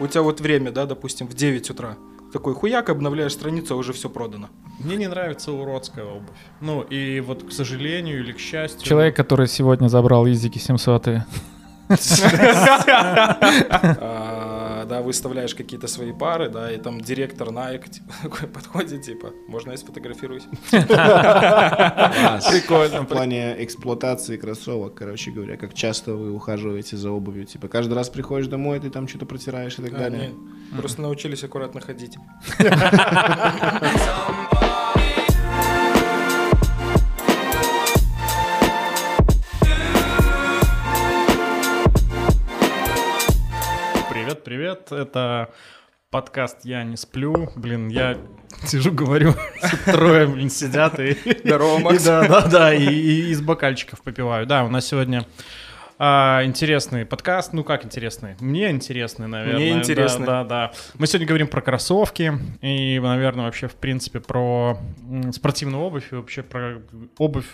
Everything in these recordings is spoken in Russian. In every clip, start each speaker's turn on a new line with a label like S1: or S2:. S1: у тебя вот время, да, допустим, в 9 утра. Такой хуяк, обновляешь страницу, а уже все продано.
S2: Мне не нравится уродская обувь. Ну, и вот, к сожалению или к счастью...
S3: Человек, который сегодня забрал изики 700 -е.
S1: А, Да, выставляешь какие-то свои пары, да, и там директор Nike типа, такой подходит, типа, можно я сфотографируюсь?
S4: Прикольно. В плане эксплуатации кроссовок, короче говоря, как часто вы ухаживаете за обувью. Типа каждый раз приходишь домой, ты там что-то протираешь и так
S1: А,
S4: далее.
S1: не, Просто научились аккуратно ходить.
S2: ну, Привет, привет. Это подкаст «Я не сплю». Блин, я сижу, говорю, трое, блин, сидят и...
S1: Здорово, Макс.
S2: и Да, да, да, и, и из бокальчиков попиваю. Да, у нас сегодня а, интересный подкаст. Ну, как интересный? Мне интересный, наверное.
S1: Мне
S2: Да,
S1: интересный.
S2: Да, да, Мы сегодня говорим про кроссовки и, наверное, вообще, в принципе, про м, спортивную обувь и вообще про обувь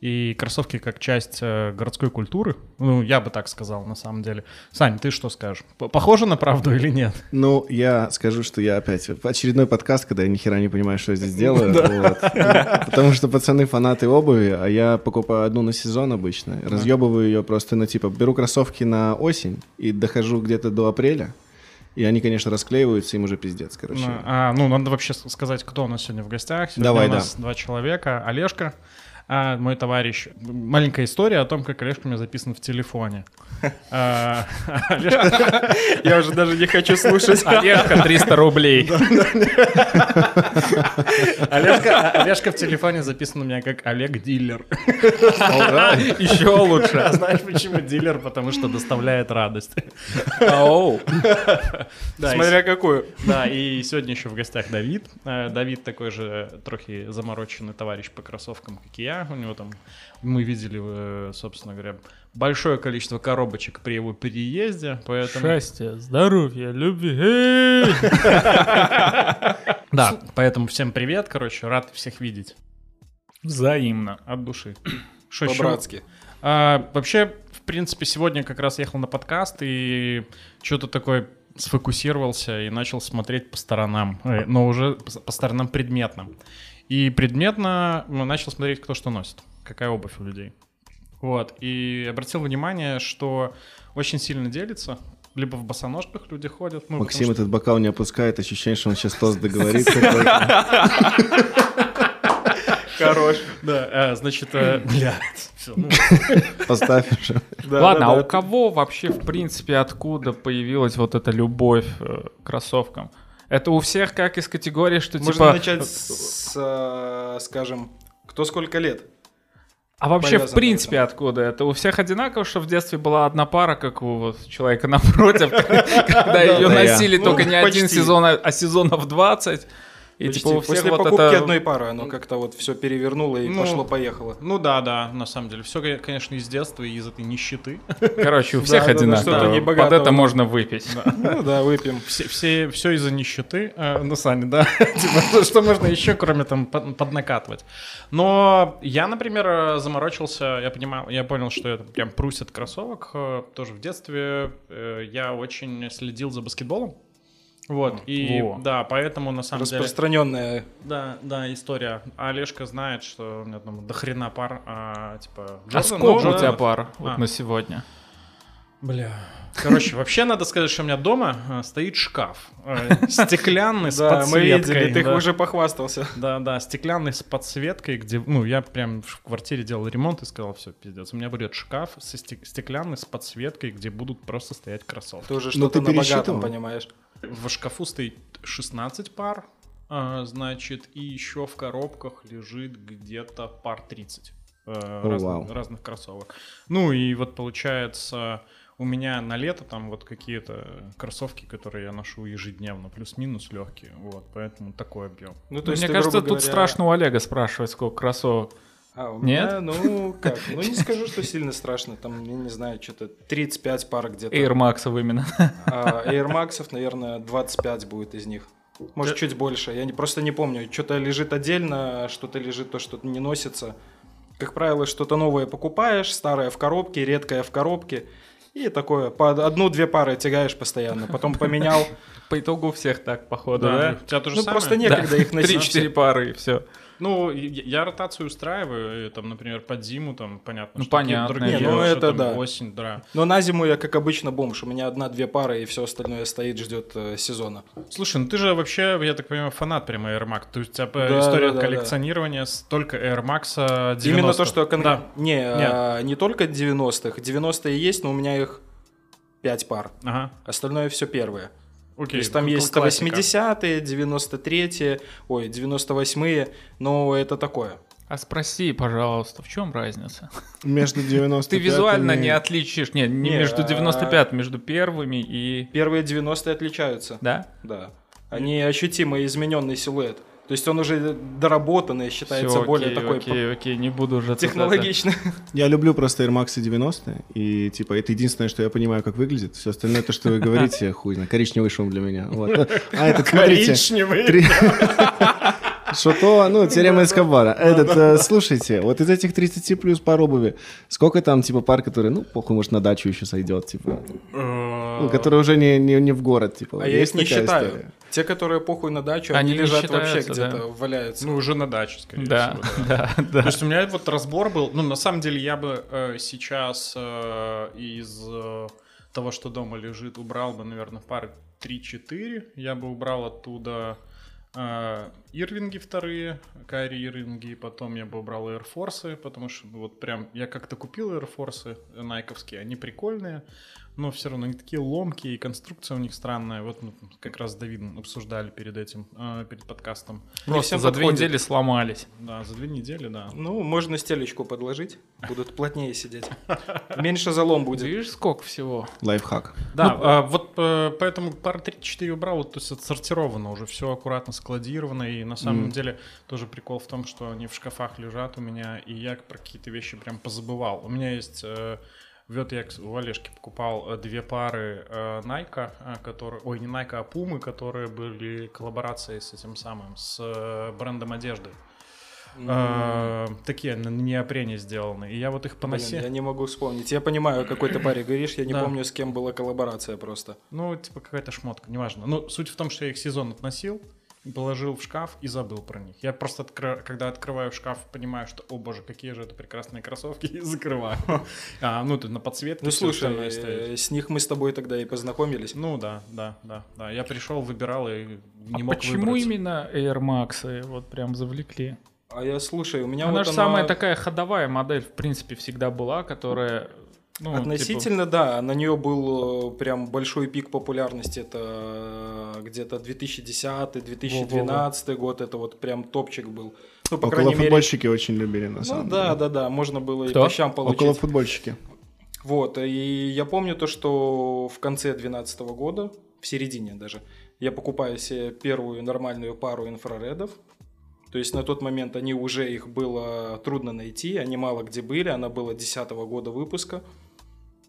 S2: и кроссовки как часть э, городской культуры. Ну, я бы так сказал, на самом деле. Сань, ты что скажешь? П- Похоже на правду или нет?
S4: Ну, я скажу, что я опять в очередной подкаст, когда я нихера не понимаю, что я здесь делаю. вот. Потому что пацаны фанаты обуви, а я покупаю одну на сезон обычно. Разъебываю ее просто, ну, типа, беру кроссовки на осень и дохожу где-то до апреля. И они, конечно, расклеиваются, им уже пиздец, короче.
S2: Ну, а, ну, надо вообще с- сказать, кто у нас сегодня в гостях. Сегодня
S4: Давай,
S2: у нас два человека. Олежка, а, мой товарищ. Маленькая история о том, как Олежка у меня записан в телефоне. А, Олежка,
S1: Я уже даже не хочу слушать.
S5: Олежка, 300 рублей.
S2: Олежка- а, Олежка в телефоне записан у меня как Олег Дилер.
S5: Еще лучше.
S2: А знаешь почему Дилер? Потому что доставляет радость.
S5: Ау.
S2: Да, и-
S1: Смотря какую.
S2: Да, и сегодня еще в гостях Давид. Э, Давид такой же э, трохи замороченный товарищ по кроссовкам, как и я. У него там, мы видели, э, собственно говоря, большое количество коробочек при его переезде, поэтому...
S3: Счастья, здоровья, любви.
S2: Да, поэтому всем привет, короче, рад всех видеть
S3: Взаимно.
S2: от души. Шо ещё?
S1: По-братски.
S2: А, вообще, в принципе, сегодня как раз ехал на подкаст и что-то такое сфокусировался и начал смотреть по сторонам, э, но уже по по сторонам предметно. И предметно ну, начал смотреть, кто что носит, какая обувь у людей. Вот, и обратил внимание, что очень сильно делится, либо в босоножках люди ходят. ну, потому
S4: Максим
S2: что-
S4: этот бокал не опускает, ощущение, что он сейчас тост договорится.
S1: Хорош.
S2: Да, э, значит, э, блядь, всё, ну,
S4: Поставь уже.
S1: Да,
S3: Ладно,
S1: да,
S3: а
S1: да.
S3: у кого вообще, в принципе, откуда появилась вот эта любовь э, к кроссовкам? Это у всех как из категории, что
S1: Можно
S3: типа...
S1: начать с, э, скажем, кто сколько лет?
S3: А вообще, в
S1: Повязано
S3: принципе, откуда? Это у всех одинаково, что в детстве была одна пара, как у вот человека напротив, когда ее
S4: Да, я.
S3: носили
S1: Ну,
S3: только не один
S1: почти.
S3: сезон, а а сезонов 20. И
S1: Почти.
S3: типа у всех
S1: После
S3: вот
S1: покупки
S3: это...
S1: одной пары оно как-то вот все перевернуло и
S2: Ну.
S1: пошло-поехало.
S2: ну да, да, на самом деле. Все, конечно, из детства и из этой нищеты.
S3: Короче, у всех
S1: да, да, что-то
S3: одинаково. Под
S1: небогатого.
S3: это можно выпить.
S1: Ну да, выпьем.
S2: Все, все, все из-за нищеты, э, ну, Саня, да, типа, то, что можно еще, кроме там, под- поднакатывать. Но я, например, э, заморочился, я понимал, я понял, что это прям прусь от кроссовок, э, тоже в детстве э, я очень следил за баскетболом, вот, и,
S3: Во.
S2: да, поэтому, на самом деле,
S1: Распространенная
S2: да, да, история, Олежка знает, что у меня там до хрена пар, а, типа,
S3: А
S2: Джордан,
S3: сколько
S1: ну,
S3: у
S2: Джордан.
S3: тебя пар
S2: А.
S3: вот на сегодня?
S2: Бля. Короче, вообще надо сказать, что у меня дома э, стоит шкаф. э, Стеклянный с
S1: Да, мы видели,
S2: подсветкой.
S1: ты
S2: да.
S1: уже похвастался.
S2: Да, да, стеклянный с подсветкой, где, ну, я прям в квартире делал ремонт и сказал, все, пиздец, у меня будет шкаф со стек- стеклянный с подсветкой, где будут просто стоять кроссовки.
S1: Ты уже
S4: Ну,
S1: что-то
S4: ты
S1: на богатом,
S4: пересчитывал?
S1: понимаешь.
S2: В шкафу стоит 16 пар, а, значит, и еще в коробках лежит где-то пар 30 э, разных,
S4: вау.
S2: разных кроссовок. Ну и вот получается у меня на лето там вот какие-то кроссовки, которые я ношу ежедневно, плюс-минус легкие, вот, поэтому такой объем.
S1: Ну,
S3: Мне
S1: ты, грубо
S3: кажется, тут
S1: говоря,
S3: страшно у Олега спрашивать, сколько кроссовок.
S1: А, у
S3: Нет?
S1: меня, ну, как, ну, не скажу, что сильно страшно, там, я не знаю, что-то 35 пар где-то.
S3: Air Max'ов именно.
S1: А Air Max'ов, наверное, 25 будет из них. Может, чуть больше. Я не, просто не помню. Что-то лежит отдельно, что-то лежит то, что не носится. Как правило, что-то новое покупаешь, старое в коробке, редкое в коробке. И такое, по одну-две пары тягаешь постоянно, потом поменял.
S3: По итогу у всех так, походу,
S2: Да,
S3: да?
S2: у тебя то же
S1: Ну,
S2: самое?
S1: просто некогда их носить.
S3: Три-четыре пары и все.
S2: Ну, я, я ротацию устраиваю, и там, например, под зиму, там, понятно,
S3: Ну,
S2: что какие-то
S3: понятно,
S2: другие,
S1: не, ну,
S2: что
S1: это
S2: там
S1: да.
S2: осень, да.
S1: Но на зиму я, как обычно, бомж. У меня одна-две пары, и все остальное стоит, ждет э, сезона.
S2: Слушай, ну ты же вообще, я так понимаю, фанат прямо Air Max. То есть у тебя э,
S1: Да,
S2: история
S1: да, да,
S2: коллекционирования столько Air Max 90
S1: Именно то, что... кон-
S2: Да.
S1: Не, а, не только 90-х. 90-е есть, но у меня их пять пар.
S2: Ага,
S1: Остальное все первое. То
S2: окей.
S1: есть там
S2: Ну,
S1: есть
S2: классика.
S1: 180-е, 93-е, ой, 98-е, но это такое.
S3: А спроси, пожалуйста, в чем разница?
S4: Между 90
S3: Ты визуально не отличишь. Нет, не
S1: Не,
S3: между
S1: а-
S3: 95, между первыми и...
S1: Первые 90-е отличаются.
S3: Да?
S1: Да. Они ощутимо измененный силуэт. То есть он уже доработанный, считается
S3: Всё,
S1: более
S3: окей,
S1: такой п-
S3: Окей, окей, не буду уже... тут
S1: технологичный.
S4: Я люблю просто Air Max 90, и типа это единственное, что я понимаю, как выглядит. Все остальное, то, что вы говорите, хуй знает. Коричневый шум для меня. Вот. А этот, смотрите,
S2: Коричневый.
S4: Три- Шуто, ну, теорема Эскобара. Этот, э, слушайте, вот из этих 30 плюс пар обуви, сколько там, типа, пар, который, ну, похуй, может, на дачу еще сойдет, типа, ну,
S2: Э,
S4: который уже не, не, не в город, типа.
S1: А я их
S4: Есть
S1: не
S4: такая
S1: считаю.
S4: история?
S1: Те, которые похуй на дачу,
S3: Они
S1: они,
S3: не
S1: лежат вообще
S3: считаются,
S1: где-то,
S3: да.
S1: валяются.
S2: Ну, уже на даче, скорее
S3: Да,
S2: всего. да.
S3: да,
S2: То
S1: Ну
S3: да.
S2: есть у меня вот разбор был, ну, на самом деле я бы э, сейчас э, из э, того, что дома лежит, убрал бы, наверное, пары 3-4. Я бы убрал оттуда э, Ирвинги вторые, Кайри Ирвинги, потом я бы убрал Air Force, потому что ну, вот прям я как-то купил Air Force э, найковские, они прикольные, но все равно они такие ломкие, и конструкция у них странная. Вот мы как раз с Давидом обсуждали перед этим, э, перед подкастом.
S3: Просто
S1: всем
S3: за две
S1: подходит.
S3: недели сломались.
S2: Да, за две недели, да.
S1: Ну, можно стелечку подложить, будут плотнее сидеть. Меньше залом будет.
S3: Видишь, сколько всего?
S4: Лайфхак.
S2: Да, а, вот э, поэтому пар 3-4 убрал, вот, то есть отсортировано уже, все аккуратно складировано, и на самом деле тоже прикол в том, что они в шкафах лежат у меня, и я про какие-то вещи прям позабывал. У меня есть... э, Вот я кс- у Олежки покупал э, две пары э, Nike, э, которые... Ой, не Nike, а Puma, которые были коллаборацией с этим самым, с э, брендом одежды.
S3: А,
S2: Э, Такие на неопрене сделаны. И я вот их
S1: Блин,
S2: поносил.
S1: я не могу вспомнить. Я понимаю, о какой ты паре говоришь, я не
S2: Да.
S1: помню, с кем была коллаборация просто.
S2: Ну, типа какая-то шмотка, неважно. Ну, суть в том, что я их сезон относил, положил в шкаф и забыл про них. Я просто, откры- когда открываю шкаф, понимаю, что, о боже, какие же это прекрасные кроссовки, и закрываю. А, ну, тут на подсветке
S1: Ну
S2: всё
S1: слушай,
S2: остальное стоит.
S1: э, с них мы с тобой тогда и познакомились.
S2: Ну, да, да, да, да. Я пришел, выбирал и не
S3: а
S2: мог
S3: почему
S2: выбрать.
S3: именно Air Max э, вот прям завлекли?
S1: А я слушай, у меня
S3: Она
S1: вот
S3: же
S1: оно-
S3: самая такая ходовая модель, в принципе, всегда была, которая... Ну, типа,
S1: Относительно, да, на нее был э, прям большой пик популярности, это э, где-то 2010-2012 год, это вот прям топчик был. Ну, по
S4: Около
S1: крайней мере,
S4: футбольщики очень любили, на
S1: ну
S4: самом
S1: да,
S4: деле.
S1: да, да, можно было
S3: Кто?
S1: и по щам получить.
S4: Около футбольщики.
S1: Вот, и я помню то, что в конце 2012 года, в середине даже, я покупаю себе первую нормальную пару инфраредов. То есть на тот момент они уже их было трудно найти, они мало где были, она была 10 года выпуска.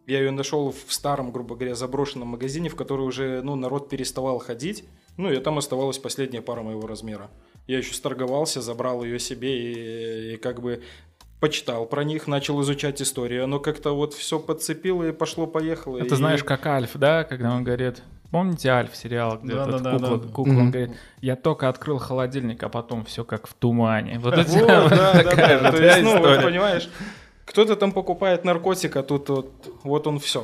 S1: Я ее нашел в старом, грубо говоря, заброшенном магазине, в который уже ну, народ переставал ходить. Ну и там оставалась последняя пара моего размера. Я еще сторговался, забрал ее себе и, и как бы почитал про них, начал изучать историю. Оно как-то вот все подцепило и пошло-поехало.
S3: Это
S1: и-
S3: А знаешь, как Альф, да, когда он говорит... Помните Альф сериал, где
S2: Да,
S3: этот
S2: да, да,
S3: кукла,
S2: да.
S3: кукла, он
S4: Мгм.
S3: говорит, я только открыл холодильник, а потом все как в тумане. Вот это
S1: Вот, да, да,
S3: такая
S1: да.
S3: же
S1: То есть,
S3: твоя
S1: ну, вот
S3: история.
S1: понимаешь, кто-то там покупает наркотик, а тут вот, вот он все.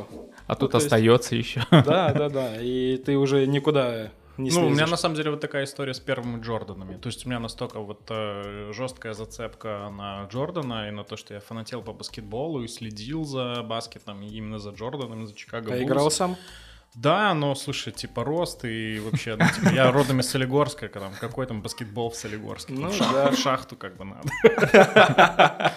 S3: А тут
S1: Ну, то есть-
S3: остается еще.
S1: Да, да, да. И ты уже никуда не
S2: Ну, у меня
S1: слезешь.
S2: на самом деле вот такая история с первыми Джорданами. То есть у меня настолько вот э, жесткая зацепка на Джордана и на то, что я фанател по баскетболу и следил за баскетом, и именно за Джорданом, за Чикаго
S1: А
S2: Буллс.
S1: играл сам?
S2: Да, но, слушай, типа рост и вообще, ну, типа, я родом из Солигорска, как там, какой там баскетбол в Солигорске, Там
S1: Ну,
S2: в, шах-
S1: да.
S2: в шахту как бы надо.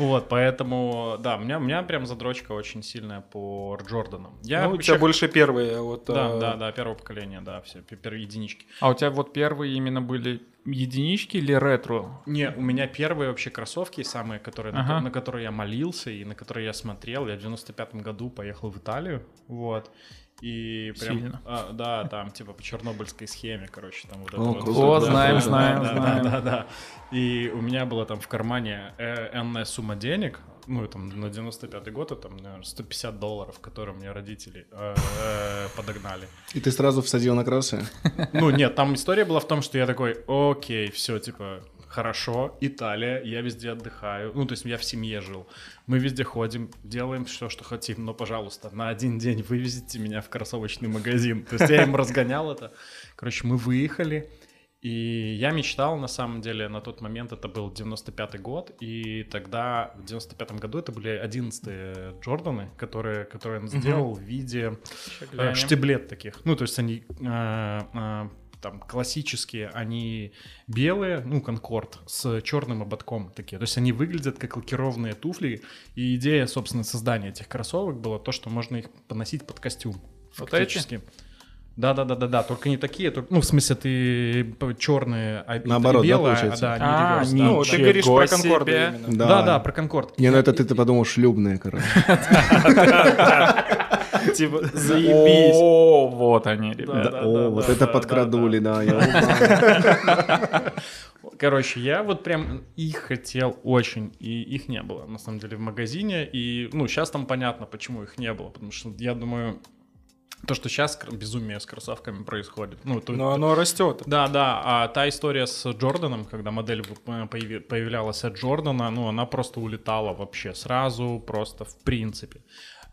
S2: Вот, поэтому, да, у меня, у меня прям задрочка очень сильная по Джорданам. Я
S1: ну, у
S2: вообще-
S1: тебя больше первые. Вот,
S2: Да,
S1: э,
S2: да, да, первого поколения, да, все, пе- первые единички.
S3: А у тебя вот первые именно были единички или ретро?
S2: Не, у меня первые вообще кроссовки, самые, которые, на
S3: Ага.
S2: ко- на, которые я молился и на которые я смотрел. Я в 95-м году поехал в Италию, вот. И прям,
S3: Сильно.
S2: а, да, там типа по чернобыльской схеме, короче, там вот это
S4: О,
S2: вот.
S4: круто, О,
S2: Да,
S4: знаем,
S2: да,
S3: знаем,
S2: да,
S3: знаем.
S2: Да, да, да. И у меня была там в кармане э, энная сумма денег, ну, там, на 95-й год, это, там, наверное, 150 долларов, которые мне родители э, э, подогнали.
S4: И ты сразу всадил на кроссы?
S2: Ну, нет, там история была в том, что я такой, окей, все, типа, хорошо, Италия, я везде отдыхаю. Ну, то есть я в семье жил. Мы везде ходим, делаем все, что хотим, но, пожалуйста, на один день вывезите меня в кроссовочный магазин. То есть я им разгонял это. Короче, мы выехали, и я мечтал, на самом деле, на тот момент это был 95-й год, и тогда, в 95-м году, это были 11-е Джорданы, которые, которые он сделал в виде э,
S3: глянем.
S2: штиблет таких. Ну, то есть они э, э, там классические, они белые, ну, конкорд, с черным ободком такие. То есть они выглядят как лакированные туфли, и идея, собственно, создания этих кроссовок была то, что можно их поносить под костюм.
S3: Вот
S2: Фактически. Да, да, да, да, да. Только не такие, только- ну, в смысле, ты черные, а
S4: Наоборот, да,
S2: белые,
S4: получается?
S2: а, да,
S3: А,
S2: они reverse, да.
S1: Ну, ты
S3: Ничего
S1: говоришь про Конкорды
S3: себе.
S1: именно.
S2: да. да, про Конкорд.
S4: Не, ну это ты-то подумал шлюбные, короче.
S1: Типа,
S3: Заебись. О, вот они,
S4: Да,
S3: ребята.
S4: О, вот это подкрадули, да. я-
S2: Короче, я вот прям их хотел очень, и их не было, на самом деле, в магазине. И, ну, сейчас там понятно, почему их не было, потому что я думаю, то, что сейчас безумие с кроссовками происходит. Ну, то-
S1: Но оно растет.
S2: Да, да, а та история с Джорданом, когда модель в- э, появи- появлялась от Джордана, ну, она просто улетала вообще сразу, просто в принципе.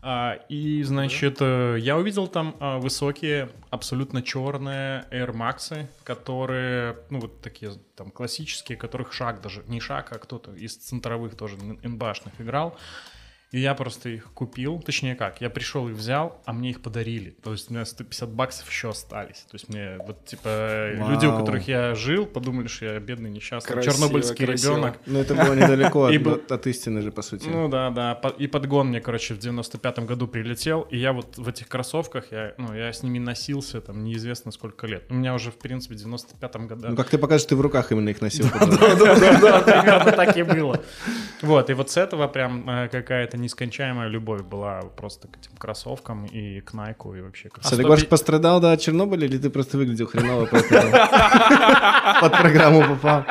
S2: А, И, значит, э, я увидел там а, высокие, абсолютно черные Air Max, которые, ну, вот такие там классические, которых шаг даже, не шаг, а кто-то из центровых тоже н- НБАшных играл. И я просто их купил, точнее как, я пришел и взял, а мне их подарили. То есть у меня 150 баксов еще остались. То есть мне вот типа люди, у
S4: Вау.
S2: которых я жил, подумали, что я бедный несчастный
S1: Красиво,
S2: чернобыльский
S1: красиво. Типа.
S2: ребенок.
S4: Ну это было недалеко
S2: И
S4: от-
S2: был-
S4: от от истины же, по сути.
S2: Ну да, да. По- И подгон мне, короче, в 95-м году прилетел. И я вот в этих кроссовках, я, ну, я с ними носился там неизвестно сколько лет. У меня уже, в принципе, в 95-м году...
S4: Ну, как ты покажешь, ты в руках именно их носил.
S2: Да, примерно так и было. Вот, и вот с этого прям э, какая-то нескончаемая любовь была просто к этим кроссовкам и к А Найку, и вообще ко
S4: Слушай, ты
S2: всему.
S4: говоришь, пострадал, да, от Чернобыля, или ты просто выглядел хреново, поэтому под программу попал?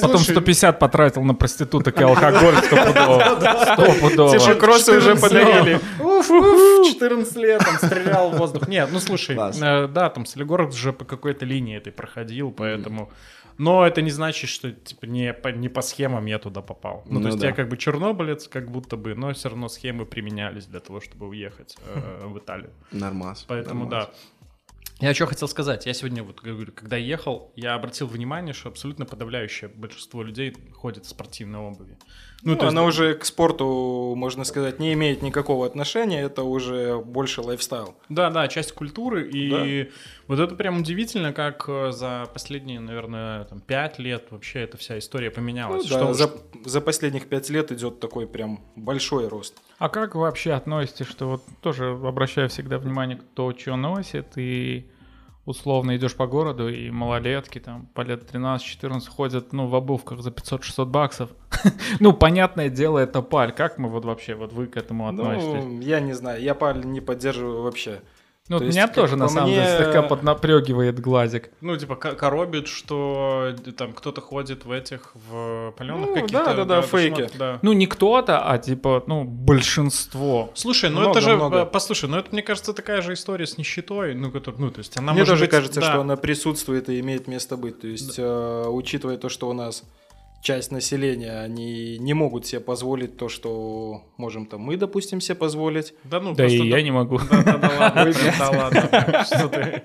S3: Потом 150 потратил на проституток и алкоголь стопудово. Стопудово.
S1: Типа кроссы уже
S2: 14
S1: подарили.
S2: Уф, уф, 14 лет, там, стрелял в воздух. Нет, ну слушай,
S4: Класс.
S2: э, да, там Солигород же по какой-то линии этой проходил, поэтому... Но это не значит, что типа не по, не по схемам я туда попал. Ну,
S4: Ну
S2: то есть
S4: да.
S2: я как бы чернобылец, как будто бы, но все равно схемы применялись для того, чтобы уехать э, в Италию.
S4: Нормас.
S2: Поэтому
S4: нормас.
S2: да. Я что хотел сказать. Я сегодня, вот говорю, когда ехал, я обратил внимание, что абсолютно подавляющее большинство людей ходит в спортивной обуви.
S1: Ну,
S2: то есть-
S1: она уже к спорту, можно сказать, не имеет никакого отношения, это уже больше лайфстайл.
S2: Да, да, часть культуры. И вот это прям удивительно, как э, за последние, наверное, там, пять лет вообще эта вся история поменялась.
S1: Ну
S2: А, Что
S1: да,
S2: уж-
S1: за, за последних пять лет идет такой прям большой рост.
S3: А как вы вообще относитесь, что вот тоже обращаю всегда внимание, кто что носит, и условно идешь по городу, и малолетки там по лет 13-14 ходят, ну, в обувках за 500-600 баксов. Ну, понятное дело, это паль. Как мы вот вообще, вот вы к этому относитесь?
S1: Ну, я не знаю, я паль не поддерживаю вообще.
S3: Ну,
S1: то
S3: вот меня
S1: есть,
S3: тоже,
S1: как
S3: на
S1: по
S3: самом деле,
S1: мне-
S3: слегка поднапрёгивает глазик.
S2: Ну, типа, ко- коробит, что э, там кто-то ходит в этих, в паленых
S1: Ну,
S2: каких-то...
S1: да-да-да, фейки.
S2: шмотках, да.
S3: Ну, не кто-то, а типа, ну, большинство.
S2: Слушай, ну
S1: Много,
S2: это же,
S1: много.
S2: э, послушай, ну это, мне кажется, такая же история с нищетой, ну, которая, ну, то есть она
S1: Мне
S2: может
S1: даже
S2: быть-
S1: кажется,
S2: да.
S1: что она присутствует и имеет место быть. То есть, э, учитывая то, что у нас часть населения, они не могут себе позволить то, что можем там мы, допустим, себе позволить.
S2: Да ну,
S3: Да и
S2: просто
S3: я не могу.
S2: Да, да ладно, блин, да ладно, что ты.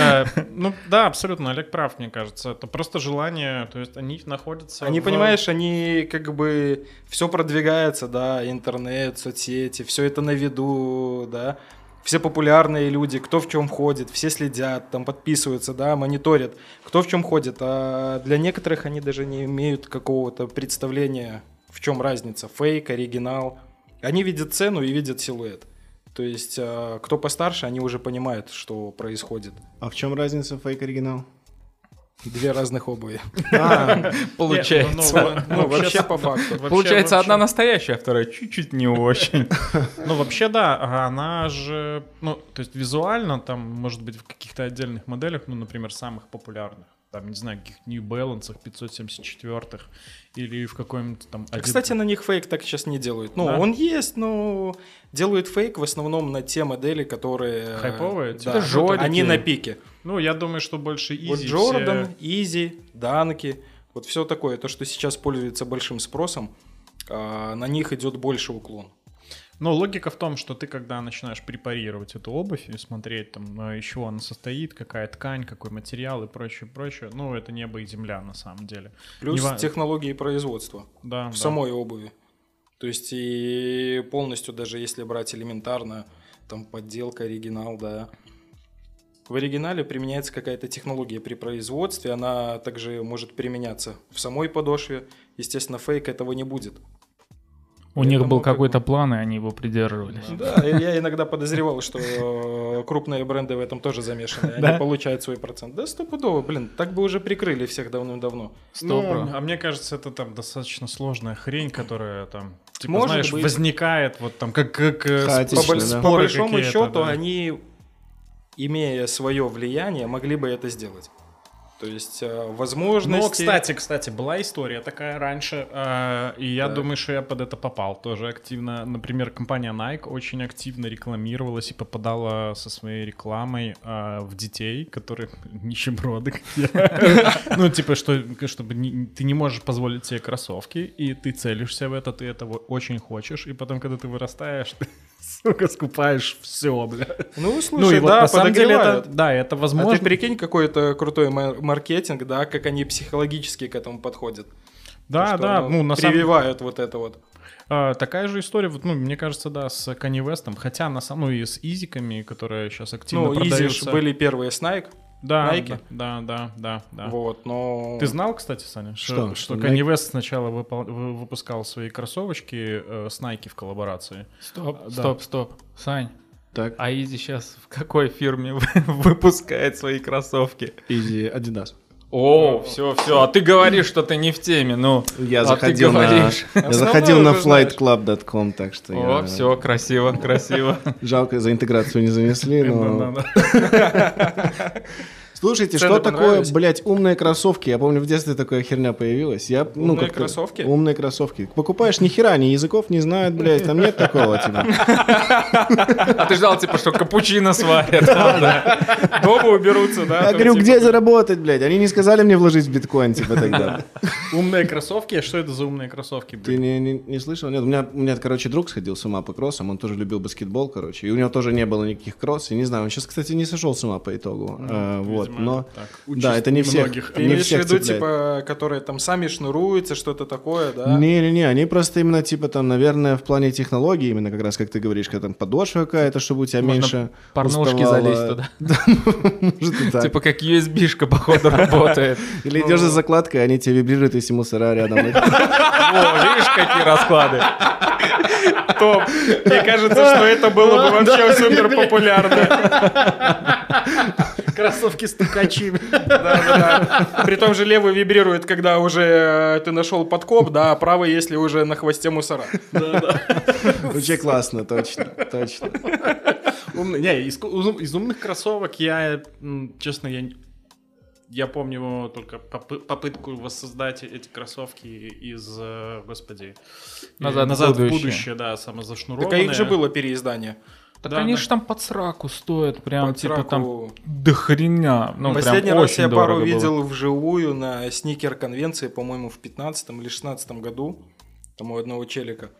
S2: Э, Ну да, абсолютно, Олег прав, мне кажется. Это просто желание, то есть они находятся...
S1: Они,
S2: в-
S1: понимаешь, они как бы все продвигается, да, интернет, соцсети, все это на виду, да. Все популярные люди, кто в чем ходит, все следят, там подписываются, да, мониторят, кто в чем ходит. А для некоторых они даже не имеют какого-то представления, в чем разница, фейк, оригинал. Они видят цену и видят силуэт. То есть, а, кто постарше, они уже понимают, что происходит.
S4: А в чем разница фейк-оригинал?
S1: Две разных обуви.
S4: А,
S2: Получается.
S1: Ну, ну, вообще по факту.
S2: Вообще,
S3: Получается,
S2: вообще.
S3: одна настоящая, а вторая чуть-чуть не очень.
S2: Ну, вообще, да, а она же, ну, то есть визуально там, может быть, в каких-то отдельных моделях, ну, например, самых популярных. там, не знаю, каких New Balance 574 или в каком-нибудь там... Adidas.
S1: Кстати, на них фейк так сейчас не делают. Ну,
S2: А Да?
S1: он есть, но делают фейк в основном на те модели, которые... э,
S2: Хайповые, типа?
S1: Да,
S3: Это жорики.
S1: они на пике.
S2: Ну, я думаю, что больше изи.
S1: вот
S2: все-
S1: Джордан, Изи, Данки, вот все такое, то, что сейчас пользуется большим спросом, а, на них идет больше уклон.
S2: Но логика в том, что ты, когда начинаешь препарировать эту обувь и смотреть, там, э, из чего она состоит, какая ткань, какой материал и прочее, прочее, ну, это небо и земля на самом деле.
S1: Плюс
S2: Нева-
S1: технологии производства
S2: Да,
S1: в
S2: да.
S1: самой обуви. То есть и полностью, даже если брать элементарно, там подделка, оригинал, да. В оригинале применяется какая-то технология при производстве, она также может применяться в самой подошве. Естественно, фейк этого не будет.
S3: У них
S1: Поэтому
S3: был
S1: как бы-
S3: какой-то план, и они его придерживались.
S1: Да, и я иногда подозревал, что э, крупные бренды в этом тоже замешаны. Они получают свой процент. Да, стопудово, блин, так бы уже прикрыли всех давным-давно.
S2: Ну,
S3: Стоп, бро.
S2: а мне кажется, это там достаточно сложная хрень, которая там, типа,
S1: Может
S2: знаешь,
S1: быть.
S2: возникает вот там как, как э,
S1: По,
S4: Хаотично,
S1: боль-
S2: споры
S4: да.
S1: по большому
S2: какие-то,
S1: счету,
S2: да.
S1: они, имея свое влияние, могли бы это сделать. То есть, э, возможности...
S2: Ну, кстати, кстати, была история такая раньше, э, и я думаю, что я под это попал тоже активно. Например, компания Nike очень активно рекламировалась и попадала со своей рекламой э, в детей, которые нищеброды. как я. Ну, типа, что чтобы не- ты не можешь позволить себе кроссовки, и ты целишься в это, ты этого очень хочешь, и потом, когда ты вырастаешь, ты, сука, скупаешь все, бля.
S1: Ну,
S2: Ну, и
S1: слушай,
S2: вот
S1: да,
S2: на самом деле это,
S1: подогревают.
S2: да, это
S1: А ты
S2: возможно.
S1: прикинь, какой-то крутой мар- маркетинг, да, как они психологически к этому подходят.
S2: Да,
S1: Что
S2: да,
S1: оно
S2: ну, на самом
S1: Прививают вот это вот.
S2: А, такая же история, вот, ну, мне кажется, да, с Kanye West'ом, хотя на самом ну, и с Изиками, которые сейчас активно
S1: Ну, изи ж
S2: продаются.
S1: были первые с Nike,
S2: да,
S1: Nike.
S2: Да, да, да, да.
S1: вот, но...
S2: А. Ты знал, кстати, Саня, что,
S4: Что?
S2: что
S4: Nike?
S2: Kanye West сначала выпол- вы- выпускал свои кроссовочки э, с Nike в коллаборации?
S3: Стоп,
S2: Да.
S3: стоп, стоп. Сань,
S4: Так,
S3: а Изи сейчас в какой фирме выпускает свои кроссовки?
S4: Изи, Adidas.
S5: О, все, все. А ты говоришь, что ты не в теме, ну.
S4: Я
S5: а
S4: заходил
S5: ты
S4: на...
S5: говоришь.
S4: Я
S1: Основное
S4: заходил на
S1: уже знаешь.
S4: flightclub.com, так что
S5: О,
S4: я-
S5: все, красиво, красиво.
S4: Жалко, за интеграцию не занесли, но... Слушайте,
S1: Цены
S4: что такое,
S1: понравились?
S4: блять, умные кроссовки? Я помню, в детстве такая херня появилась. Я, ну,
S1: Умные
S4: как-то-
S1: кроссовки?
S4: Умные кроссовки. Покупаешь ни хера, ни языков не знают, блядь, там нет такого, типа.
S5: А ты ждал, типа, что капучино сварят.
S1: Дома уберутся, да?
S4: Я
S1: там
S4: говорю,
S1: типа-
S4: где заработать, блядь? Они не сказали мне вложить в биткоин, типа, тогда.
S2: Умные кроссовки? Что это за умные кроссовки,
S4: Ты
S2: блин?
S4: не, не- не слышал? Нет, у меня, у меня, короче, друг сходил с ума по кроссам, он тоже любил баскетбол, короче, и у него тоже не было никаких кросс, и не знаю, он сейчас, кстати, не сошел с ума по итогу, А, вот,
S2: Видимо,
S4: но...
S2: так,
S4: да, это не всех,
S2: многих.
S1: Ты
S4: не
S1: имеешь в
S4: всех
S1: виду,
S4: цепляет.
S1: типа, которые там сами шнуруются, что-то такое, да?
S4: Не-не-не, они просто именно, типа, там, наверное, в плане технологий, именно как раз, как ты говоришь, когда там подошва какая-то, чтобы у тебя
S3: Можно
S4: меньше
S3: порнушки
S4: уставало.
S3: залезть туда.
S4: Да, может и так.
S5: Типа, как USB-шка, походу, работает.
S4: Или идешь за закладкой, они тебе вибрируют, если мусора рядом.
S5: О, видишь, какие расклады.
S1: Мне кажется, что это было бы вообще супер популярно.
S2: Кроссовки с тукачами.
S1: При том же левый вибрирует, когда уже э, ты нашел подкоп, да, а правый, если уже на хвосте мусора.
S4: Вообще классно, точно, точно.
S2: Умный- не, из, ку- из умных кроссовок я, м, честно, я, не- я помню только попы- попытку воссоздать эти кроссовки из, э, господи, э,
S3: Назад в
S2: назад в
S3: будущее».
S2: будущее, да,
S1: Так
S2: самозашнурованные.
S1: а их же было переиздание.
S3: Так
S2: Да,
S3: они
S2: да.
S3: же там под сраку стоят, прям
S1: Под
S3: типа там
S1: раку.
S3: до хрена. Ну,
S1: Последний
S3: прям
S1: раз
S3: очень
S1: я пару
S3: дорого было.
S1: видел вживую на сникер-конвенции, по-моему, в 15 или 16 году. Там у одного челика.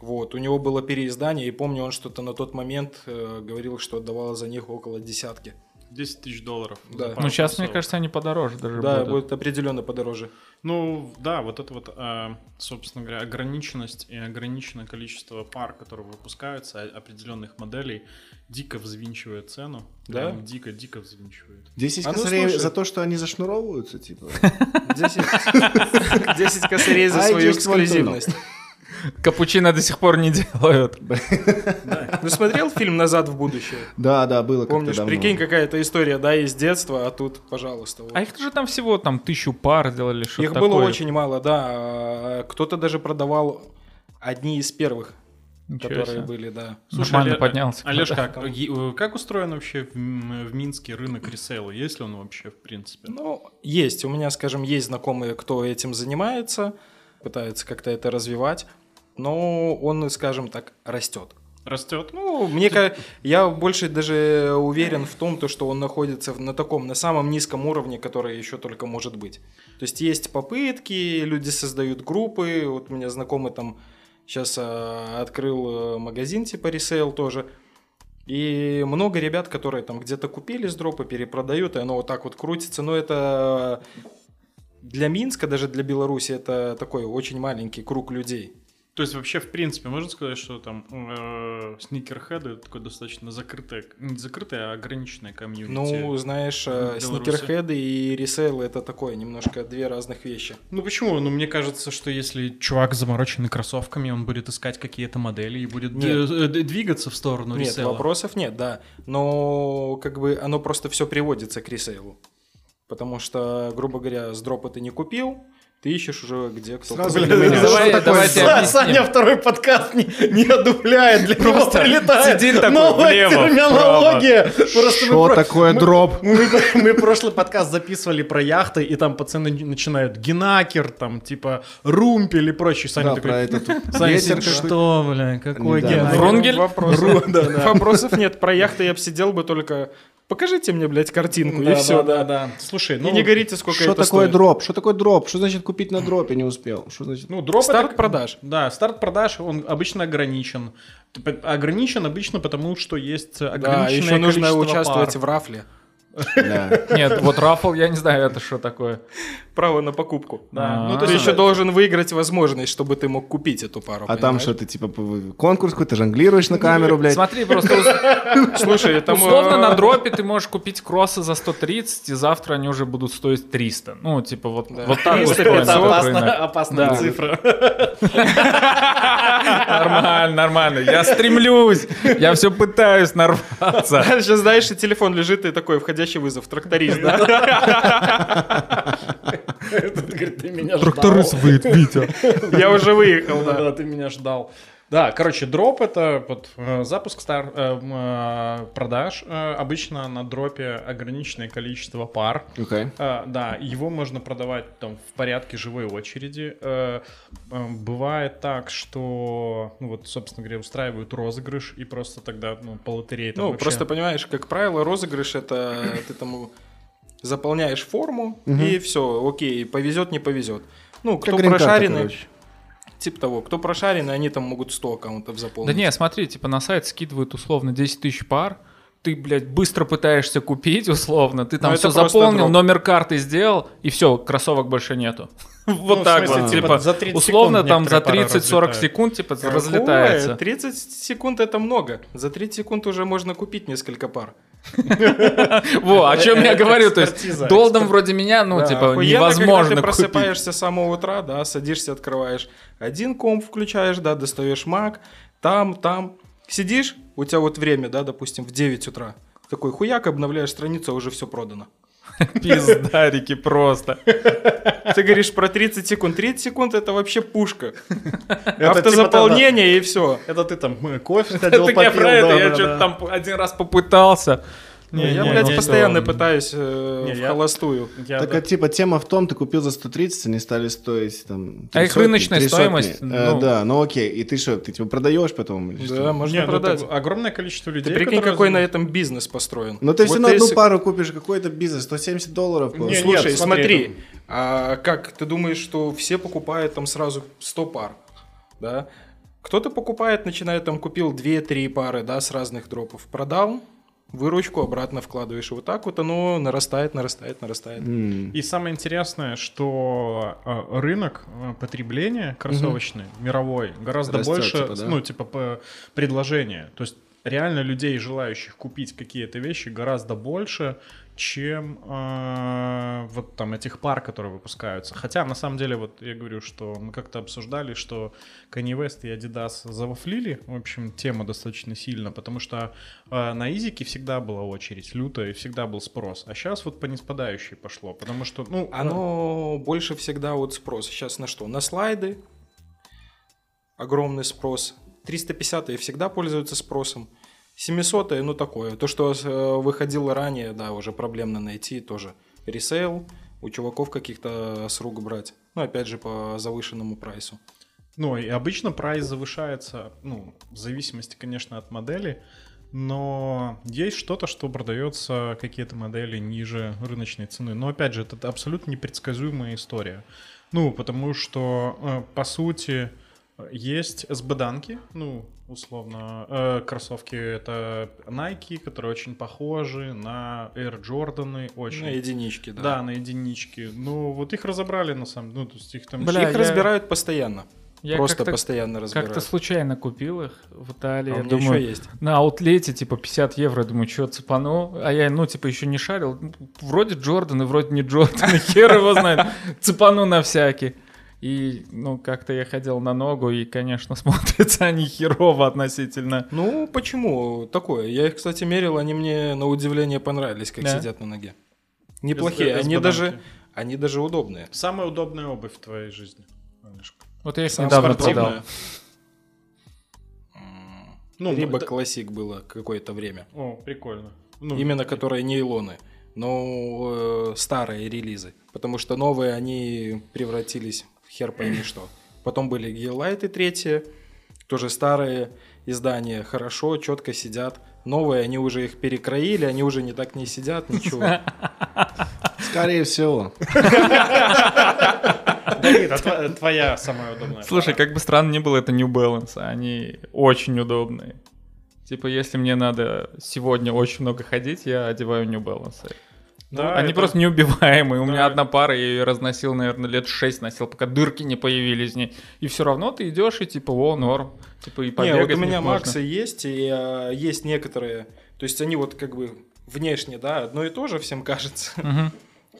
S1: Вот, у него было переиздание, и помню, он что-то на тот момент э, говорил, что отдавал за них около десятки.
S2: 10 тысяч долларов. за
S1: Да.
S2: пару
S3: Ну, сейчас, мне
S2: кроссовок.
S3: кажется, они подороже даже
S1: Да,
S3: будут.
S1: будет определенно подороже.
S2: Ну, да, вот это вот, а, собственно говоря, ограниченность и ограниченное количество пар, которые выпускаются, а- определенных моделей, дико взвинчивает цену.
S1: Да?
S2: Прям Дико-дико взвинчивает.
S4: 10
S1: А ну,
S4: косарей
S1: слушай.
S4: за то, что они зашнуровываются, типа.
S1: 10, косарей за
S4: I
S1: свою
S4: just want to
S3: ну.
S4: know.
S1: эксклюзивность.
S5: Капучино до сих пор не делают.
S1: Ну смотрел фильм «Назад в будущее»?
S4: Да, да, было как-то
S1: Помнишь,
S4: давно.
S1: прикинь, какая-то история, да, из детства, а тут, пожалуйста. вот.
S3: А их же там всего там тысячу пар сделали, что
S1: а, Их было очень мало, да. Кто-то даже продавал одни из первых.
S3: Ничего
S1: которые
S3: себе.
S1: были, да.
S3: Нормально поднялся.
S2: Олежка, а е- э, как устроен вообще в, М- в Минске рынок ресейла? Есть ли он вообще в принципе?
S1: Ну, есть. У меня, скажем, есть знакомые, кто этим занимается, пытается как-то это развивать, но он, скажем так, растет.
S2: Растет?
S1: Ну, мне ка- я больше даже уверен в том, то, что он находится в- на таком, на самом низком уровне, который еще только может быть. То есть есть попытки, люди создают группы. Вот у меня знакомый там сейчас открыл э, магазин типа ресейл тоже. И много ребят, которые там где-то купили с дропа, перепродают, и оно вот так вот крутится. Но это э, для Минска, даже для Беларуси, это такой очень маленький круг людей.
S2: То есть вообще, в принципе, можно сказать, что там э, сникерхеды это такое достаточно закрытое, не закрытое, а ограниченное комьюнити.
S1: Ну, знаешь, э,
S2: Беларуси.
S1: сникерхеды и ресейлы это такое, немножко две разных вещи.
S2: ну почему? Ну, мне кажется, что если чувак замороченный кроссовками, он будет искать какие-то модели и будет д-
S1: Нет.
S2: э, д- двигаться в сторону
S1: нет,
S2: ресейла.
S1: вопросов нет, да. Но как бы оно просто все приводится к ресейлу. Потому что, грубо говоря, с дропа ты не купил, ты ищешь уже где кто
S4: Сразу
S1: купил.
S4: не понимаешь,
S5: Давай-
S4: что такое
S5: давайте
S4: за-
S5: объясним.
S6: Саня второй подкаст не, не одупляет, для него прилетает
S5: сидит такой,
S6: новая
S5: влево,
S6: терминология. Просто мы
S4: Что
S6: про-
S4: такое
S6: мы-
S4: дроп?
S6: Мы, мы прошлый подкаст записывали про яхты, и там пацаны начинают генакер, там, типа, румпель и прочее. Саня
S4: Да,
S6: такой,
S4: про этот
S6: Саня
S4: ветер
S6: сидит,
S4: какой-то.
S6: что, бля, какой
S4: Да.
S6: генакер?
S5: Врунгель?
S1: Вопросов, вопросов нет. Про яхты я бы сидел бы только... Покажите мне, блядь, картинку, и все.
S2: да, да. Слушай, ну
S1: И не горите, сколько
S4: Что
S1: это
S4: такое
S1: стоит.
S4: дроп? Что такое дроп? Что значит купить на дропе не успел? Что значит?
S2: Ну, дроп
S1: Старт
S2: это-
S1: продаж.
S2: Да, старт продаж, он обычно ограничен.
S6: Типа,
S2: П- Ограничен обычно потому, что есть ограниченное
S1: Да, еще нужно
S2: количество
S1: участвовать
S2: пар.
S1: в рафле.
S4: Да.
S3: Нет, вот рафл, я не знаю, это что такое. А,
S1: Право на покупку.
S3: Да.
S2: Ну,
S1: Ты
S2: то есть
S1: еще должен выиграть возможность, чтобы ты мог купить эту пару.
S4: А там
S1: понимаешь?
S4: что ты типа п- конкурс какой-то жонглируешь на камеру, блядь.
S3: Смотри, просто ус-
S1: Слушай, там...
S3: условно
S1: э,
S3: на дропе ты можешь купить кроссы за 130, и завтра они уже будут стоить 300. Ну, типа вот,
S1: Да.
S3: вот так
S1: 300,
S3: устроен этот
S1: 500.
S3: рынок.
S6: Опасно, опасная цифра.
S3: Нормально, нормально. Я стремлюсь. Я все пытаюсь нарваться.
S1: Сейчас, знаешь, и телефон лежит, и такой входящий вызов, тракторист, да?
S6: Тут, говорит, ты меня
S3: Тракторист
S6: ждал.
S3: выйдет, Витя.
S1: Я уже выехал,
S6: Да,
S1: да.
S6: да, ты меня ждал.
S2: Да, короче, дроп это вот э, запуск стар э, м, э, продаж. Э, обычно на дропе ограниченное количество пар.
S4: Окей.
S2: Э, да, его можно продавать там в порядке живой очереди. Э, э, бывает так, что, ну вот, собственно говоря, устраивают розыгрыш и просто тогда ну, по лотерее. там
S1: Ну,
S2: вообще-
S1: просто понимаешь, как правило, розыгрыш это ты там заполняешь форму, и все, окей, повезет, не повезет. Ну, кто
S4: Как грин-карта,
S1: прошаренный,
S4: короче.
S1: типа того, кто прошаренный, они там могут 100 аккаунтов
S3: Да
S1: заполнить.
S3: не, смотри, типа на сайт скидывают условно 10 тысяч пар, ты, блядь, быстро пытаешься купить, условно, ты там
S1: Ну,
S3: все
S1: это просто
S3: заполнил,
S1: дроп.
S3: номер карты сделал, и все, кроссовок больше нету. Вот
S2: в
S3: так
S2: смысле,
S3: вот,
S2: типа,
S3: типа,
S2: за 30
S3: условно
S2: секунд
S3: там за
S2: некоторые пары
S3: 30-40
S2: разлетают.
S3: секунд, типа,
S1: Какое?
S3: разлетается.
S1: 30 секунд это много. За 30 секунд уже можно купить несколько пар.
S3: Во, о чем я говорю, то есть
S6: Экспертиза,
S3: долдом вроде меня, ну,
S1: Да,
S3: типа,
S1: охуенно, когда
S3: невозможно
S1: ты
S3: купить.
S1: просыпаешься с самого утра, да, садишься, открываешь один комп, включаешь, да, достаешь маг, там, там. Сидишь, у тебя вот время, да, допустим, в 9 утра. Такой хуяк, обновляешь страницу, а уже все продано.
S3: Пиздарики просто.
S1: Ты говоришь про 30 секунд. 30 секунд это вообще пушка.
S6: типа
S1: Автозаполнение и все.
S6: Это ты там э, кофе
S3: Это
S6: ходил,
S3: я
S6: попил.
S3: про это,
S6: да,
S3: я
S6: да, да.
S3: что-то там один раз попытался.
S2: Не,
S1: Я,
S2: не,
S1: блядь,
S2: не,
S1: постоянно
S2: не.
S1: пытаюсь э,
S2: Не,
S1: в
S2: я-
S1: холостую.
S2: Я,
S4: Так
S2: да.
S4: а типа тема в том, ты купил за 130, они стали стоить там...
S3: А их
S4: 300,
S3: рыночная
S4: 300.
S3: стоимость,
S4: Э,
S3: ну.
S4: Да, ну окей. И ты что, ты типа продаешь потом? или
S1: Да,
S4: что?
S1: можно
S2: Не, ну,
S1: продать.
S2: так огромное количество людей.
S1: Ты прикинь,
S2: которые-
S1: какой на этом бизнес построен.
S4: Ну ты
S1: Вот
S4: все равно одну
S1: если-
S4: пару купишь, какой-то бизнес, 170 долларов. было.
S2: Не,
S1: Слушай,
S2: нет, смотри,
S1: смотри, а как ты думаешь, что все покупают там сразу 100 пар, да? Кто-то покупает, начинает там, купил 2-3 пары, да, с разных дропов, продал, выручку обратно вкладываешь, и вот так вот оно нарастает, нарастает, нарастает.
S4: М.
S2: И самое интересное, что э, рынок э, потребления кроссовочный, мировой, гораздо
S4: Растёт,
S2: больше,
S4: типа, да?
S2: ну, типа, по- предложения. То есть реально людей, желающих купить какие-то вещи, гораздо больше, чем э, вот там этих пар, которые выпускаются. Хотя, на самом деле, вот я говорю, что мы как-то обсуждали, что Kanye West и Adidas завафлили, в общем, тема достаточно сильно, потому что э, на Изике всегда была очередь лютая и всегда был спрос, а сейчас вот по неспадающей пошло, потому что, ну,
S1: Оно больше всегда вот спрос. Сейчас на что? На слайды огромный спрос. 350-е всегда пользуются спросом. 700-е, ну такое. То, что э, выходило ранее, да, уже проблемно найти тоже. Ресейл, у чуваков каких-то с рук брать. Ну, опять же, по завышенному прайсу.
S2: Ну, и обычно прайс завышается, ну, в зависимости, конечно, от модели, но есть что-то, что продается какие-то модели ниже рыночной цены. Но, опять же, это абсолютно непредсказуемая история. Ну, потому что, э, по сути, есть СБ-данки, ну, условно, э, кроссовки это Nike, которые очень похожи на Air Jordan, очень...
S1: На единичке, да.
S2: да. на единички. Ну, вот их разобрали, на самом деле, ну, то есть их там...
S3: Бля,
S1: их
S3: я-
S1: разбирают постоянно.
S3: Я
S1: Просто
S3: как-то-
S1: постоянно разбирают.
S3: Как-то случайно купил их в Италии.
S1: а у
S3: я
S1: меня
S3: думаю,
S1: еще есть.
S3: на аутлете, типа, 50 евро, думаю, что цепану, а я, ну, типа, еще не шарил, вроде Джордан и вроде не Джордан, и хер его знает, цепану на всякий. И, ну, как-то я ходил на ногу, и, конечно, смотрятся они херово относительно.
S1: Ну, почему такое? Я их, кстати, мерил, они мне на удивление понравились, как
S3: Да.
S1: сидят на ноге. Неплохие,
S2: СБ-данки.
S1: они даже, они даже удобные.
S2: Самая удобная обувь в твоей жизни, Олежка?
S3: Вот я их
S1: Самое
S3: недавно
S1: спортивное.
S3: продал.
S1: М,
S2: Ну,
S1: Рибок
S2: это-
S1: классик было какое-то время.
S2: О, прикольно. Ну,
S1: Именно которые нейлоны. Но э, старые релизы. Потому что новые они превратились в хер пойми что. Потом были гейлайты третьи. Тоже старые издания хорошо, четко сидят. Новые, они уже их перекроили, они уже не так не сидят, ничего.
S4: Скорее всего.
S2: Давид, а тва- твоя самая удобная?
S3: Слушай,
S2: пара?
S3: как бы странно ни было, это New Balance, они очень удобные. Типа, если мне надо сегодня очень много ходить, я одеваю New Balance.
S2: Да,
S3: Они
S2: это-
S3: просто неубиваемые. У
S2: Да.
S3: меня одна пара, я ее разносил, наверное, лет шесть носил, пока дырки не появились в ней. И все равно ты идешь и типа, о, норм. Типа и
S1: Не,
S3: побегать
S1: вот у
S3: в них
S1: меня
S3: можно.
S1: Максы есть, и а, есть некоторые. То есть они вот как бы внешне, да, одно и то же всем кажется.
S3: Мгм.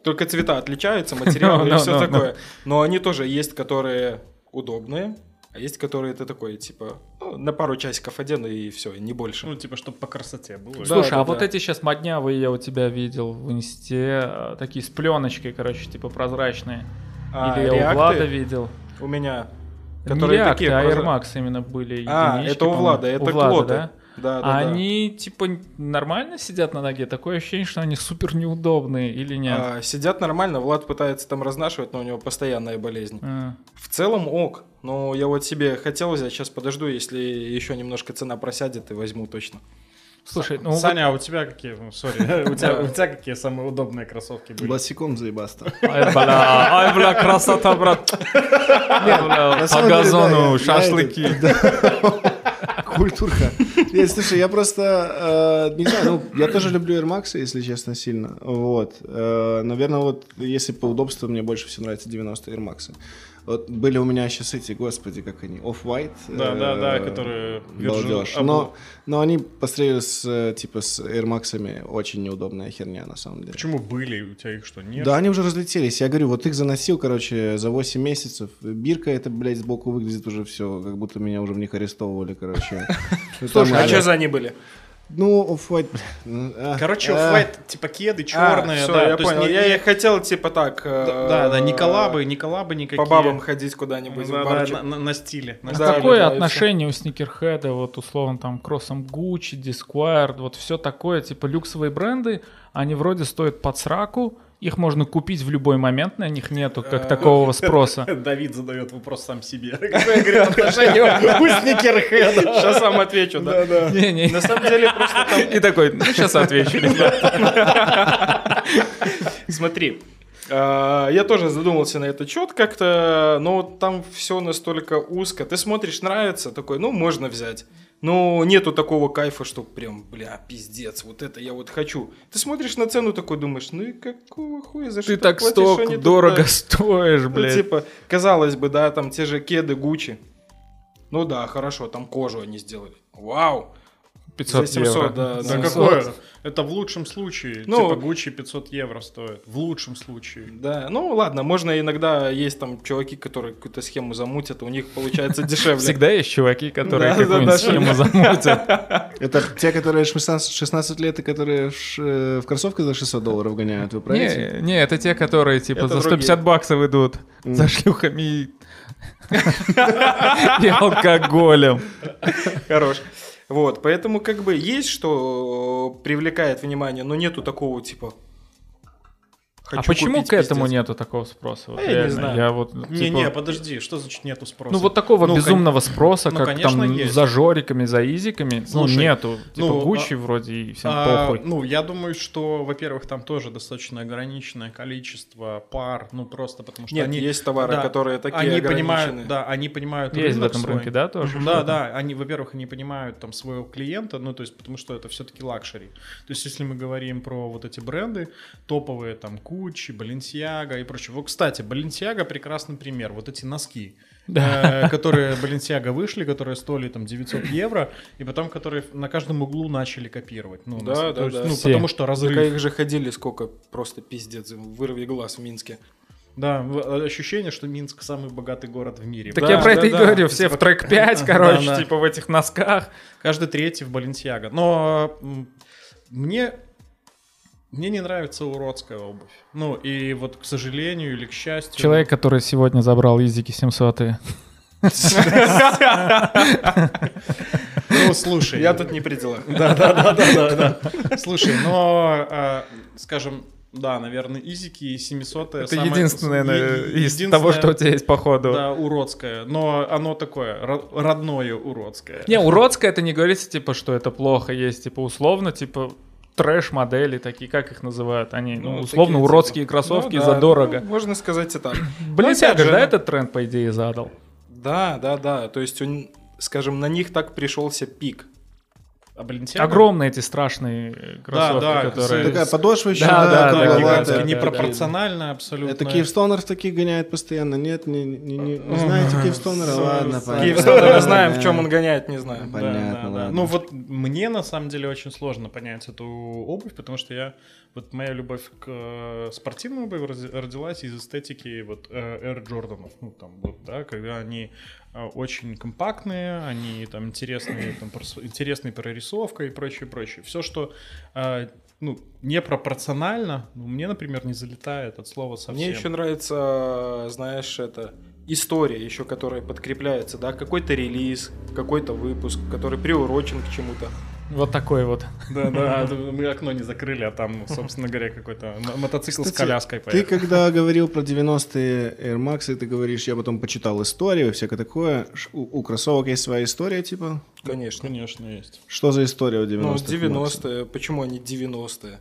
S1: Только цвета отличаются, материалы и
S3: No,
S1: все
S3: no, no,
S1: такое. Но они тоже есть, которые удобные, а есть, которые ты такой, типа, ну, на пару часиков одену и все, не больше.
S2: Ну, типа, чтобы по красоте было.
S1: Да.
S3: Слушай, а вот
S1: да.
S3: эти сейчас моднявые я у тебя видел в инсте, а, такие с пленочкой, короче, типа прозрачные.
S1: А
S3: Или я у
S1: реакты
S3: Влада видел.
S1: у меня,
S3: Которые
S1: которые
S3: не реакты,
S1: такие
S3: а Air
S1: прозра-
S3: Max именно были.
S1: А,
S3: единички,
S1: это у
S3: по-моему.
S1: Влада, это
S3: у Влада,
S1: клоты.
S3: да?
S1: Да, да,
S3: А
S1: да.
S3: они типа нормально сидят на ноге? Такое ощущение, что они супер неудобные или нет?
S1: А, сидят нормально, Влад пытается там разнашивать, но у него постоянная болезнь.
S3: А.
S1: В целом ок, но я вот себе хотел взять, сейчас подожду, если еще немножко цена просядет и возьму точно.
S3: Слушай, ну вот-
S2: Саня, а у тебя какие, ну, сори, у тебя у тебя какие самые удобные кроссовки были?
S4: Босиком заебаста.
S3: Ай, бля, ай, бля, красота, брат. Бля,
S4: На
S3: По
S4: самом деле, да, я-
S3: газону,
S4: я
S3: шашлыки.
S4: это- Культурка. Нет, слушай, я просто, э, не знаю, ну, я тоже люблю Air Max, если честно, сильно. Вот. Э, Наверное, вот если по удобству, мне больше всего нравятся 90 Air Max. Вот были у меня сейчас эти, господи, как они, Off-White.
S2: Да,
S4: э,
S2: да, да, которые Virgin
S4: балдёж.
S2: Abloh.
S4: Но, но они по сравнению с, э, типа, с Air Max'ами очень неудобная херня, на самом деле.
S2: Почему были? У тебя их что, нет?
S4: Да, они уже разлетелись. Я говорю, вот их заносил, короче, за 8 месяцев. Бирка эта, блядь, сбоку выглядит уже все, как будто меня уже в них арестовывали, короче.
S1: Слушай,
S4: Там,
S1: а что
S4: э,
S1: за они были?
S4: Ну, off-white, бля, ну, а,
S2: Короче,
S4: а,
S2: оффлайт, типа кеды черные,
S1: всё,
S2: да,
S1: я
S2: то есть ну,
S1: понял.
S2: не-
S1: я,
S2: не-
S1: я хотел типа так.
S2: Да, да, да, не коллабы,
S1: Николабы
S2: не коллабы никакие. Ну
S1: По бабам ходить куда-нибудь
S2: Да,
S1: в
S2: да,
S1: барчик.
S2: на- на на стиле. на
S1: Да,
S2: стиле.
S1: люблю,
S3: Какое
S1: да, и всё.
S3: отношение у сникерхеда, вот условно там кроссом Gucci, Disquired, вот все такое, типа люксовые бренды, они вроде стоят под сраку, их можно купить в любой момент, на них нету
S1: А,
S3: как
S1: ну,
S3: такого спроса.
S2: Давид задает вопрос сам себе. Какое, говорит, отношение у сникерхеда?
S1: Сейчас сам отвечу, да.
S3: Не-не.
S1: На самом деле просто там,
S3: И такой, ну сейчас отвечу.
S1: смотри, а, я тоже задумался на этот счет как-то, но там все настолько узко. Ты смотришь, нравится, такой, ну, можно взять. Но нету такого кайфа, что прям, бля, пиздец, вот это я вот хочу. Ты смотришь на цену такой, думаешь, ну и какого хуя, за что
S3: Ты так
S1: платишь, а они
S3: столько
S1: тут,
S3: дорого
S1: да,
S3: стоишь,
S1: Ну,
S3: блядь.
S1: типа, казалось бы, да, там те же кеды Гуччи. Ну да, хорошо, там кожу они сделали. Вау!
S3: 500
S1: за 700,
S3: евро.
S1: да,
S2: Да
S1: да.
S2: какое? Это в лучшем случае.
S1: Ну,
S2: типа
S1: вот.
S2: Гуччи 500 евро стоит. В лучшем случае.
S1: Да, ну ладно, можно иногда есть там чуваки, которые какую-то схему замутят, у них получается дешевле.
S3: Всегда есть чуваки, которые
S1: Да, да,
S3: какую-нибудь
S1: да,
S3: схему замутят.
S4: Это те, которые 16, 16 лет и которые ш- э, в кроссовке за 600 долларов гоняют, вы про эти?
S3: Не, не, это те, которые типа
S1: Это
S3: за
S1: другие.
S3: 150 баксов идут за шлюхами и и алкоголем.
S1: Хорош. Вот, поэтому как бы есть, что э, привлекает внимание, но нету такого типа...
S3: А
S1: «Хочу
S3: почему
S1: купить,
S3: к этому
S1: пиздец».
S3: нету такого спроса? Вот
S2: А я не
S3: реально,
S2: знаю.
S3: Я вот, типа,
S2: Не-не, подожди, что значит нету спроса?
S3: Ну вот такого
S2: Ну, кон-
S3: безумного спроса,
S2: ну,
S3: как
S2: конечно,
S3: там
S2: есть.
S3: за жориками, за изиками,
S2: Слушай,
S3: ну нету. Типа
S2: ну,
S3: Гуччи вроде и всем
S2: А,
S3: похуй.
S2: Ну, я думаю, что, во-первых, там тоже достаточно ограниченное количество пар, ну просто потому что
S1: Нет,
S2: они,
S1: есть товары,
S2: да,
S1: которые такие
S2: они
S1: ограниченные.
S2: понимают, да, они понимают
S3: Есть в
S2: рынок
S3: этом
S2: свой.
S3: рынке, да, тоже?
S2: Да, да, они, во-первых, они понимают там своего клиента, ну, то есть, потому что это все-таки лакшери. То есть, если мы говорим про вот эти бренды, топовые там Кучи, Balenciaga и прочее. Вот, кстати, Balenciaga прекрасный пример. Вот эти носки, э, которые Balenciaga вышли, которые стоили там 900 евро, и потом которые на каждом углу начали копировать. Ну,
S1: Да,
S2: нас-
S1: да,
S2: то есть,
S1: да.
S2: ну,
S3: Все.
S2: потому что
S1: Так
S2: разрыв.
S1: а их же ходили сколько, просто пиздец, вырви глаз в Минске.
S2: Да, в- э, ощущение, что Минск самый богатый город в мире.
S3: Так
S1: Да,
S3: я про
S1: да,
S3: это и
S1: да.
S3: говорю, все в трек 5, короче,
S2: Типа да.
S3: типа в этих носках.
S2: Каждый третий в Balenciaga. Но м, мне мне не нравится уродская обувь. Ну и вот, к сожалению или к счастью...
S3: Человек, который сегодня забрал изики 700
S2: Ну, слушай.
S1: Я тут не при делах.
S2: Да, да, да, да, да, да. Слушай, но, э, скажем, да, наверное, изики и 700
S3: Это единственное наверное, из того, что у тебя есть, походу.
S2: Да, уродское. Но оно такое, ро- родное уродское.
S3: Не, уродское это не говорится, типа, что это плохо, есть, типа, условно, типа, трэш-модели такие, как их называют? Они, ну,
S1: Ну,
S3: условно,
S1: такие,
S3: уродские
S1: типа,
S3: кроссовки
S1: ну, да,
S3: за дорого.
S1: ну, можно сказать и так.
S3: Блин,
S1: опять же,
S3: да,
S1: ну-
S3: этот тренд, по идее, задал?
S1: Да, да, да. То есть, он, скажем, на них так пришелся пик.
S2: А Balenciaga-
S3: Огромные эти страшные э, кроссовки,
S2: да,
S3: которые...
S2: с-
S4: Такая подошва еще,
S3: Да, да, да,
S2: Да,
S3: да, да, да.
S2: непропорционально абсолютно.
S4: Это Киевстонер таких гоняет постоянно. Нет, не, не- не- не знаете Киевстонера? Ладно, понятно.
S1: Киевстонера знаем, в чем он гоняет, не знаю.
S2: Да,
S4: Понятно,
S2: да, да.
S4: ладно.
S2: Ну вот мне на самом деле очень сложно понять эту обувь, потому что я вот моя любовь к э, спортивной обуви раз- родилась из эстетики вот э, Air Jordanов, ну там вот, да, когда они э, очень компактные, они там интересные, там прос- интересной прорисовкой и прочее, прочее. Все, что э, ну, непропорционально, ну, мне, например, не залетает от слова совсем.
S1: Мне еще нравится, знаешь, это история еще, которая подкрепляется, да, какой-то релиз, какой-то выпуск, который приурочен к чему-то.
S3: Вот такой вот.
S2: Да, да, мы окно не закрыли, а там, собственно говоря, какой-то м- мотоцикл с
S4: Кстати,
S2: коляской
S4: Ты
S2: поехал.
S4: когда говорил про 90-е Air Max, и ты говоришь, я потом почитал историю и всякое такое. Ш- У, у кроссовок есть своя история, типа?
S1: Конечно.
S2: Конечно, есть.
S4: Что за история у 90-х?
S1: Ну,
S4: Макса?
S1: 90-е, почему они 90-е?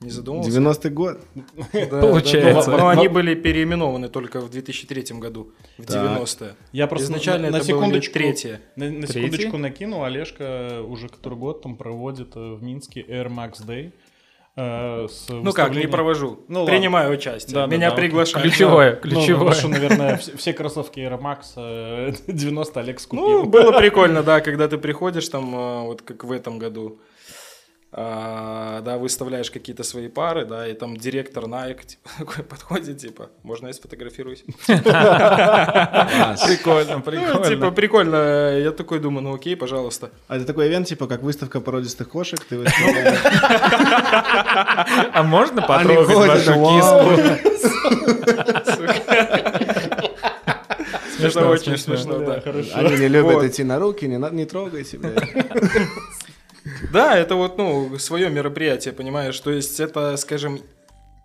S1: Не задумывался?
S4: 90-й год?
S1: Да, да, да.
S3: ну, Получается. Ну,
S1: Но, но они были переименованы только в 2003 году, в
S4: Так.
S1: 90-е.
S2: Я просто
S1: Изначально
S2: на,
S1: это
S2: на
S1: секундочку...
S2: секундочку
S1: третье.
S2: На, на
S3: Третий?
S2: секундочку накину, Олежка уже который год там проводит э, в Минске Air Max Day. э, с
S1: Ну как, не
S2: выставлением-
S1: провожу.
S2: Ну ладно.
S1: Принимаю участие.
S2: Да, да,
S1: Меня
S2: да, окей.
S1: приглашают.
S3: Ключевое,
S2: Ну, потому
S3: ключевое.
S2: что, наверное, все, все кроссовки Air Max э, 90 Алекс купил.
S1: Ну, было прикольно, да, когда ты приходишь там, э, вот как в этом году, а, да, выставляешь какие-то свои пары, да, и там директор Nike типа, такой подходит, типа, можно я сфотографируюсь?
S3: Прикольно,
S1: Ну, типа,
S3: прикольно.
S1: прикольно. Я такой думаю, ну окей, пожалуйста.
S4: А это такой ивент, типа, как выставка породистых кошек? Ты типа, выставляешь.
S3: А можно
S4: Они
S3: потрогать
S4: ходят,
S3: вашу
S4: вау.
S3: киску?
S1: Это очень
S3: смешно.
S1: смешно, да.
S4: Они не любят
S1: Вот.
S4: идти на руки, не на- не трогайте, блядь.
S1: Да, это вот, ну, свое мероприятие, понимаешь? То есть это, скажем,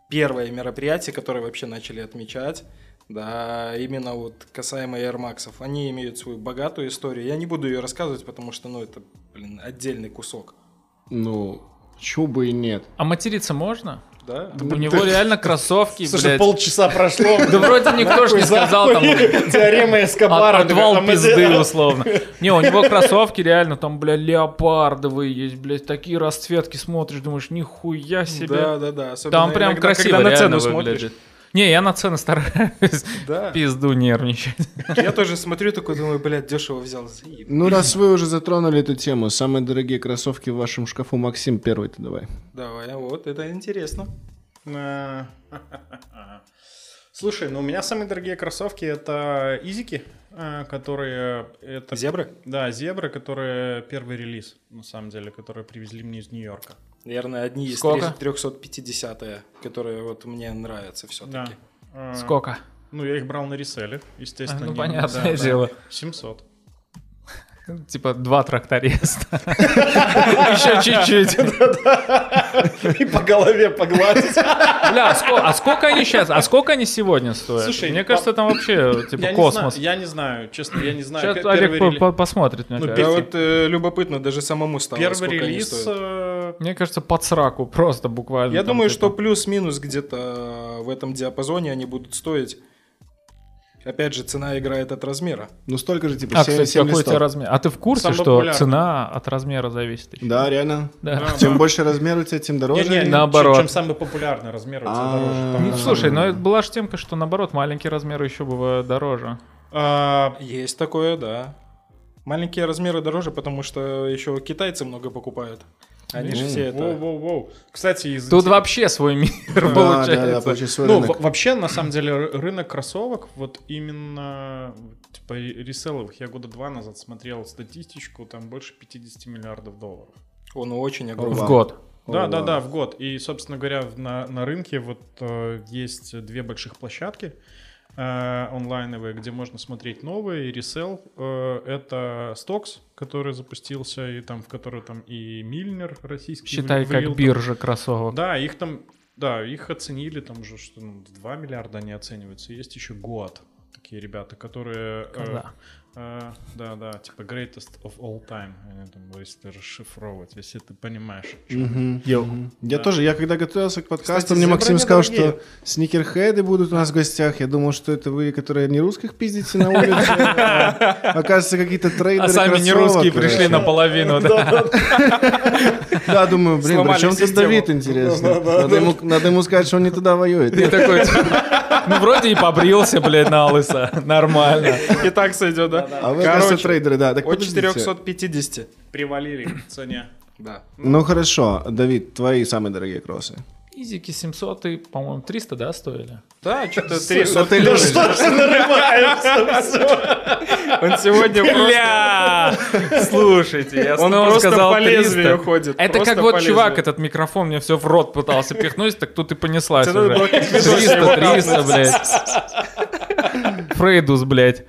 S1: первое мероприятие, которое вообще начали отмечать. Да, именно вот касаемо Air Max'ов. Они имеют свою богатую историю. Я не буду ее рассказывать, потому что, ну, это, блин, отдельный кусок.
S4: Ну, чё бы и нет.
S3: А материться можно?
S1: Да?
S3: У него реально кроссовки,
S2: Слушай,
S3: блядь.
S2: полчаса прошло.
S3: Да вроде никто ж не сказал там
S2: Теорема Эскобара.
S3: от- отвал пизды, условно. Не, у него кроссовки реально там, бля, леопардовые есть, блядь, такие расцветки смотришь, думаешь, нихуя себе.
S1: Да, да, да. Особенно
S3: Там прям
S1: иногда,
S3: красиво
S1: Когда на цену
S3: реально
S1: смотришь.
S3: выглядит. Не, я на цены стараюсь
S1: Да.
S3: пизду нервничать.
S1: Я тоже смотрю, такой думаю, блядь, дешево взял. Заеб.
S4: Ну, раз вы уже затронули эту тему, самые дорогие кроссовки в вашем шкафу, Максим, первый ты давай.
S1: Давай, а вот, это интересно.
S2: А. Слушай, ну у меня самые дорогие кроссовки это изики, а, которые э, это
S1: Зебры?
S2: да зебры, которые первый релиз на самом деле, которые привезли мне из Нью-Йорка.
S1: Наверное, одни из
S3: Сколько?
S1: 350 которые вот мне нравятся все-таки.
S2: А,
S3: Сколько?
S2: Ну, я их брал на реселе, естественно.
S3: Ну,
S2: не-
S3: понятное
S2: да, да.
S3: дело.
S2: 700.
S3: Типа два тракториста. Еще чуть-чуть.
S2: И по голове погладить.
S3: Бля, а ско- а сколько они сейчас? А сколько они сегодня стоят?
S2: Слушай,
S3: мне
S2: по-
S3: кажется, там вообще типа
S2: Я не знаю,
S3: космос.
S2: я не знаю, честно, я не знаю.
S3: Сейчас
S2: Пе-
S3: Олег
S2: первый
S3: по-
S2: рели-
S3: по- посмотрит, мне
S2: Ну,
S1: Да
S3: кажется.
S2: пи-
S1: вот э, любопытно, даже самому стало.
S2: Первый
S1: сколько они
S2: релиз...
S1: стоят.
S2: э,
S3: Мне кажется, под сраку просто буквально.
S1: Я
S3: там,
S1: думаю,
S3: типа.
S1: что плюс-минус где-то э, в этом диапазоне они будут стоить. Опять же, цена играет от размера.
S4: Ну, столько же, типа,
S3: А,
S4: 7,
S3: кстати, какой у тебя размер? А ты в курсе,
S2: Самый
S3: что
S2: популярный.
S3: цена от размера зависит? еще?
S4: Да, реально.
S3: Да.
S4: Чем больше размер у тебя, тем дороже.
S2: Не-не,
S4: или-
S2: чем-
S3: наоборот.
S2: Чем самый популярный размер, тем дороже.
S4: А.
S2: Там-
S3: Ну, слушай, но это была же темка, что наоборот, маленькие размеры еще бывают дороже.
S2: А,
S1: Есть такое, да. Маленькие размеры дороже, потому что еще китайцы много покупают. Они же
S4: М.
S1: все это...
S2: Воу-воу-воу. Кстати, из
S3: Тут
S2: интерес-
S3: вообще свой мир
S4: Да, Да, да,
S3: получается.
S4: получается свой
S2: Ну,
S4: рынок.
S2: во- вообще, на самом деле, ры- рынок кроссовок, вот именно типа ре- реселовых, я года два назад смотрел статистичку, там больше 50 миллиардов долларов.
S1: Он очень огромный.
S4: Вау.
S3: В год.
S2: Да, да,
S4: Вау.
S2: да, в год. И, собственно говоря, в- на, на рынке вот э, есть две больших площадки э, онлайновые, где можно смотреть новые, и ресел. Э, это Stocks, который запустился, и там, в который там и Мильнер российский
S3: Считай,
S2: влил
S3: как
S2: там.
S3: биржа кроссовок.
S2: Да, их там, да, их оценили там уже, что ну, в 2 миллиарда они оцениваются. Есть еще Гуат, такие ребята, которые... э,
S3: Да.
S2: э, да, да, типа greatest of all time. Они там, если расшифровывать, если ты понимаешь. о чём.
S4: Мгм. Мгм. Я
S2: Да.
S4: тоже, я когда готовился к подкасту,
S1: Кстати,
S4: мне Максим
S1: забрали
S4: сказал,
S1: дорогие.
S4: что сникерхеды будут у нас в гостях. Я думал, что это вы, которые не русских пиздите на улице. а Оказывается, какие-то трейдеры
S3: А сами не русские
S4: кроссовок,
S3: пришли
S4: короче.
S3: наполовину. да.
S4: Да, думаю, блин,
S1: Сломали
S4: при чем тут
S1: систему.
S4: Давид, интересно? Надо ему- Надо ему сказать, что он не туда воюет.
S3: Ты такой, типа, ну вроде и побрился, блядь, на лысо. Нормально.
S1: И так сойдет, да?
S4: А вы,
S1: Короче,
S4: кажется, трейдеры, да. Так
S1: От
S4: подождите.
S1: 450.
S2: Привалили к цене.
S1: Да.
S4: Ну хорошо, Давид, твои самые дорогие кроссы.
S3: Изики 700 и, по-моему, 300, да, стоили?
S1: Да, что-то
S4: Да ты любишь.
S1: Он сегодня просто...
S3: Бля! Слушайте, я
S1: Он
S3: снова
S1: просто
S3: сказал
S1: по лезвию
S3: 300.
S1: ходит.
S3: Это
S1: просто
S3: как
S1: по
S3: вот
S1: лезвию.
S3: чувак, этот микрофон мне все в рот пытался пихнуть, так тут и понеслась
S1: Тебе надо было
S3: уже.
S1: как
S3: 300, 300, блядь. Фрейдус, блядь.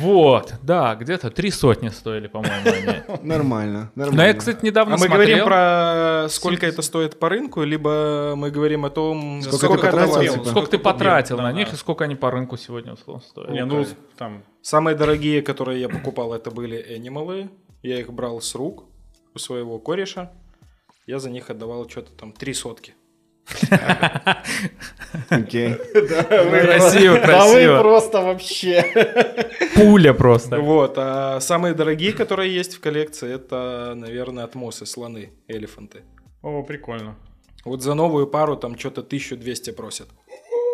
S3: Вот, да, где-то три сотни стоили, по-моему, они.
S4: Нормально,
S3: Но я,
S4: нормально.
S3: кстати, недавно
S1: А мы
S3: смотрел.
S1: говорим про сколько это стоит по рынку, либо мы говорим о том,
S4: Сколько
S1: сколько,
S4: ты потратил,
S1: это
S4: типа?
S3: Сколько ты потратил
S2: Да,
S3: на
S2: да.
S3: них и сколько они по рынку сегодня условно
S2: Не,
S3: стоят?
S2: ну, там,
S1: Самые дорогие, которые я покупал, это были Animal. Я их брал с рук у своего кореша. Я за них отдавал что-то там три сотки.
S4: Окей.
S3: Красиво, красиво.
S7: просто вообще.
S3: Пуля просто.
S1: Вот. А самые дорогие, которые есть в коллекции, это, наверное, отмосы, слоны, элефанты.
S2: о, прикольно.
S1: Вот за новую пару там что-то 1200 просят.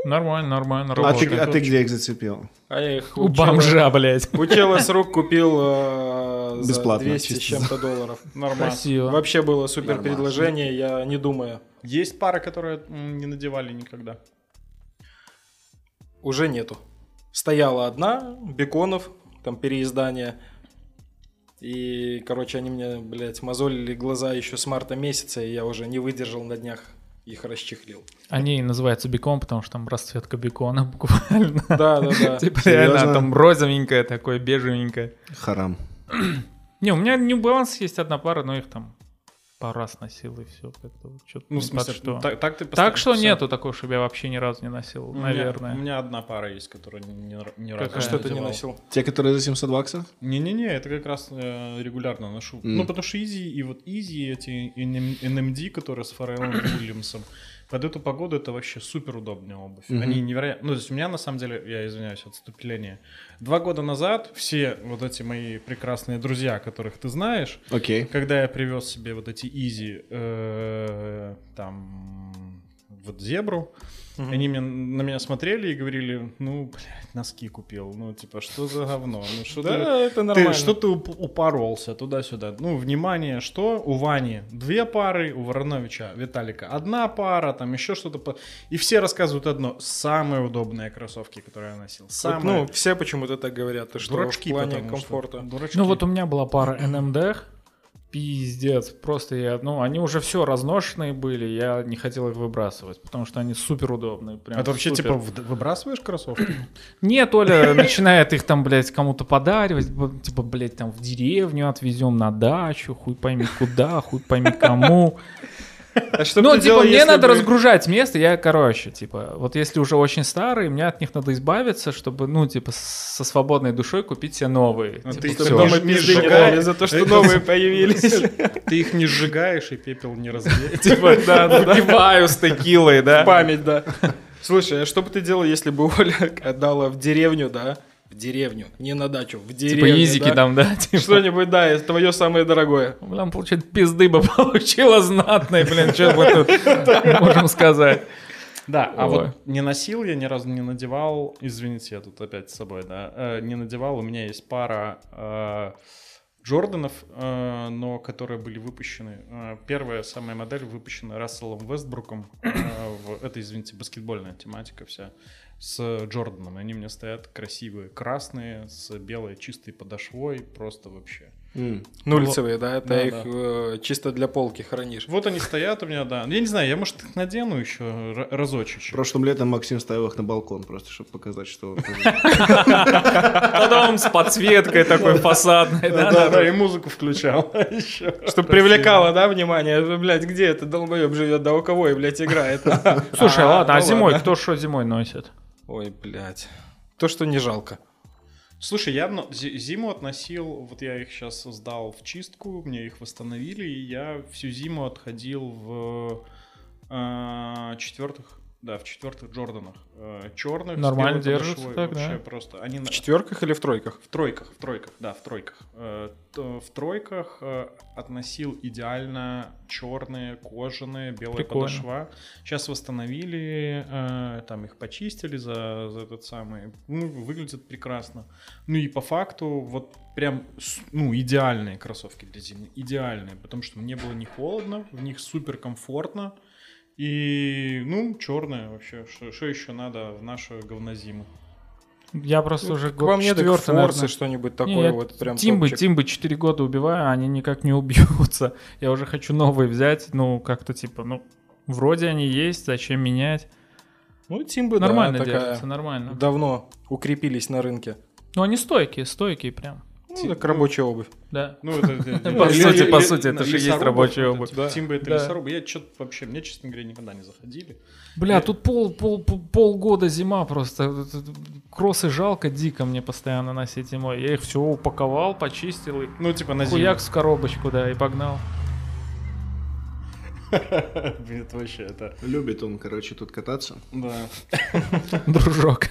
S3: Нормально, нормально,
S4: А ты,
S3: работает.
S4: а ты где их зацепил?
S1: А я их
S3: У
S1: учила-
S3: бомжа, блядь.
S1: Учила с рук купил э, за
S4: Бесплатно,
S1: 200 с
S4: чисто.
S1: чем-то долларов.
S2: Нормально.
S3: Красиво.
S1: Вообще было супер предложение, я не думаю.
S2: Есть пары, которые м, не надевали никогда.
S1: Уже нету. Стояла одна, Беконов, там переиздание. И, короче, они мне, блядь, мозолили глаза еще с марта месяца, и я уже не выдержал на днях, их расчехлил.
S3: Они и называются бекон, потому что там расцветка бекона буквально.
S1: Да, да, да.
S3: Типа
S4: Серьезно?
S3: реально там розовенькое такое, бежевенькое.
S4: Харам.
S3: Не, у меня New Balance есть одна пара, но их там пару раз носил и все.
S2: Ну, в смысле,
S3: что...
S2: та- так ты
S3: Так
S2: постоянно-
S3: что
S2: всё.
S3: нету такого, чтобы я вообще ни разу не носил,
S2: У меня-
S3: наверное.
S2: У меня одна пара есть, которую ни, ни- ни разу
S3: Какая?
S1: А Что ты не
S2: надевал.
S1: носил?
S4: Те, которые за 700 баксов?
S2: Не-не-не, это как раз э, регулярно ношу.
S4: М.
S2: Ну, потому что Изи и вот Изи, и эти Эм, NM NMD, которые с Фарреллом Уильямсом, под эту погоду это вообще супер удобная обувь.
S4: Мгм.
S2: Они невероятно... Ну, то есть у меня, на самом деле, я извиняюсь, отступление. Два года назад все вот эти мои прекрасные друзья, которых ты знаешь,
S4: Окей.
S2: когда я привез себе вот эти Изи, э, там, вот зебру,
S1: Мгм.
S2: они мне, на меня смотрели и говорили, ну, блядь, носки купил, ну, типа, что за говно, ну, что ты-
S1: Да, это
S2: ты
S1: нормально.
S2: что ты уп- упоролся туда-сюда? Ну, внимание, что у Вани две пары, у Вороновича Виталика одна пара, там еще что-то. по- И все рассказывают одно. Самые удобные кроссовки, которые я носил.
S1: Вот,
S2: Самые
S1: Ну, все почему-то так говорят, и что в плане
S2: потому что-
S1: комфорта.
S2: дурачки.
S3: Ну вот у меня была пара NMD, Пиздец, просто я, ну, они уже все разношенные были, я не хотел их выбрасывать, потому что они супер удобные. Прям
S8: это вообще
S3: супер.
S8: типа в- выбрасываешь кроссовки?
S3: Нет, Оля начинает их там, блядь, кому-то подаривать, б- типа, блядь, там в деревню отвезем на дачу, хуй пойми куда, хуй пойми кому.
S1: А что бы
S3: Ну,
S1: ты
S3: типа,
S1: делал,
S3: мне
S1: если
S3: надо
S1: бы-
S3: разгружать место, я, короче, типа, вот если уже очень старые, мне от них надо избавиться, чтобы, ну, типа, со свободной душой купить себе новые.
S2: А
S3: Типа,
S2: ты их
S3: всё.
S1: Чтобы
S2: Всё.
S1: дома
S2: Не
S1: пизды не
S2: сжигай.
S1: дали за то, что
S2: Это-
S1: новые появились.
S2: Ты их не сжигаешь, и пепел не развеет.
S3: Типа, да, да, Типа да. Выпиваю с текилой, да.
S1: Память, да. Слушай, а что бы ты делал, если бы Оля отдала в деревню, да? В деревню, не на дачу, в деревню.
S3: Типа, изики
S1: да?
S3: там, да. типа.
S1: Что-нибудь, да, это твое самое дорогое.
S3: Блин, получает пизды бы получила знатные, блин, что мы тут можем сказать.
S2: Да, а
S3: Ой.
S2: вот не носил я ни разу, не надевал. Извините, я тут опять с собой, да. э, Не надевал. У меня есть пара э, Джорданов, э, но которые были выпущены. Э, Первая самая модель выпущена Расселом Вестбруком. э, в- Это, извините, баскетбольная тематика вся с Джорданом. Они у меня стоят красивые, красные, с белой чистой подошвой, просто вообще.
S4: М.
S1: Нульцевые, да, это
S3: Ну
S2: Да,
S1: их
S2: да.
S1: э, чисто для полки хранишь.
S2: Вот они стоят у меня, да. Я не знаю, я, может, их надену еще ра- разочек.
S4: Прошлым летом Максим ставил их на балкон, просто чтобы показать, что... он тоже-
S3: Потом А с подсветкой такой фасадной, да.
S2: Да, да, и музыку включал еще.
S1: Чтобы привлекало, да, внимание, блядь, где это долбоеб живет, да у кого, и, блядь, играет.
S3: Слушай, ладно, а
S1: ну
S3: зимой
S1: ладно.
S3: кто что зимой носит?
S1: Ой, блядь. То, что не жалко.
S2: Слушай, я но- зи- зиму относил, вот я их сейчас сдал в чистку, мне их восстановили, и я всю зиму отходил в э, четвертых, да, в четвертых Джорданах. э, черных. с
S3: Нормально
S2: белой
S3: держатся
S2: подошвой,
S3: так, да?
S2: вообще просто. Они
S1: В
S2: на-
S1: четверках или в тройках?
S2: в тройках, в тройках, да, в тройках. Э, то- В тройках э, относил идеально черные, кожаные, белая
S3: Прикольно.
S2: подошва. Сейчас восстановили, э, там их почистили за, за этот самый. Ну, выглядят прекрасно. Ну и по факту, вот прям, с- ну, идеальные кроссовки для зимы. Идеальные, потому что мне было не холодно, в них супер комфортно. И, ну, черная вообще. Что еще надо в нашу говнозиму?
S3: Я просто уже
S1: К вам
S3: год
S1: нет
S3: четвертый,
S1: форсы,
S3: наверное.
S1: что-нибудь
S3: Не,
S1: такое,
S3: я
S1: вот прям
S3: Тимбы,
S1: топчик?
S3: Тимбы 4 года убиваю, а они никак не убьются. Я уже хочу новые взять, ну, как-то типа, ну, вроде они есть, зачем менять?
S1: Ну, Тимбы, да,
S3: нормально
S1: такая.
S3: держится, нормально.
S1: Давно укрепились на рынке.
S3: Ну, они стойкие, стойкие прям,
S1: Ну, как рабочая обувь.
S3: да.
S2: Ну, это- это...
S3: По
S2: ли-
S3: сути,
S2: ли-
S3: по
S2: ли-
S3: сути, это же есть
S2: лесорубов,
S3: рабочая
S2: вот
S3: обувь.
S2: эти, Тимбы это
S3: Да.
S2: лесорубы. Я что-то вообще, мне, честно говоря, никогда не заходили.
S3: Бля, тут пол, пол, пол- полгода зима просто. Тут Кроссы жалко дико мне постоянно носить зимой. Я их все упаковал, почистил и
S2: Ну, типа на зиму.
S3: хуяк в коробочку, да, и погнал.
S2: Блин, это вообще, это...
S4: Любит он, короче, тут кататься.
S2: Да.
S3: Дружок.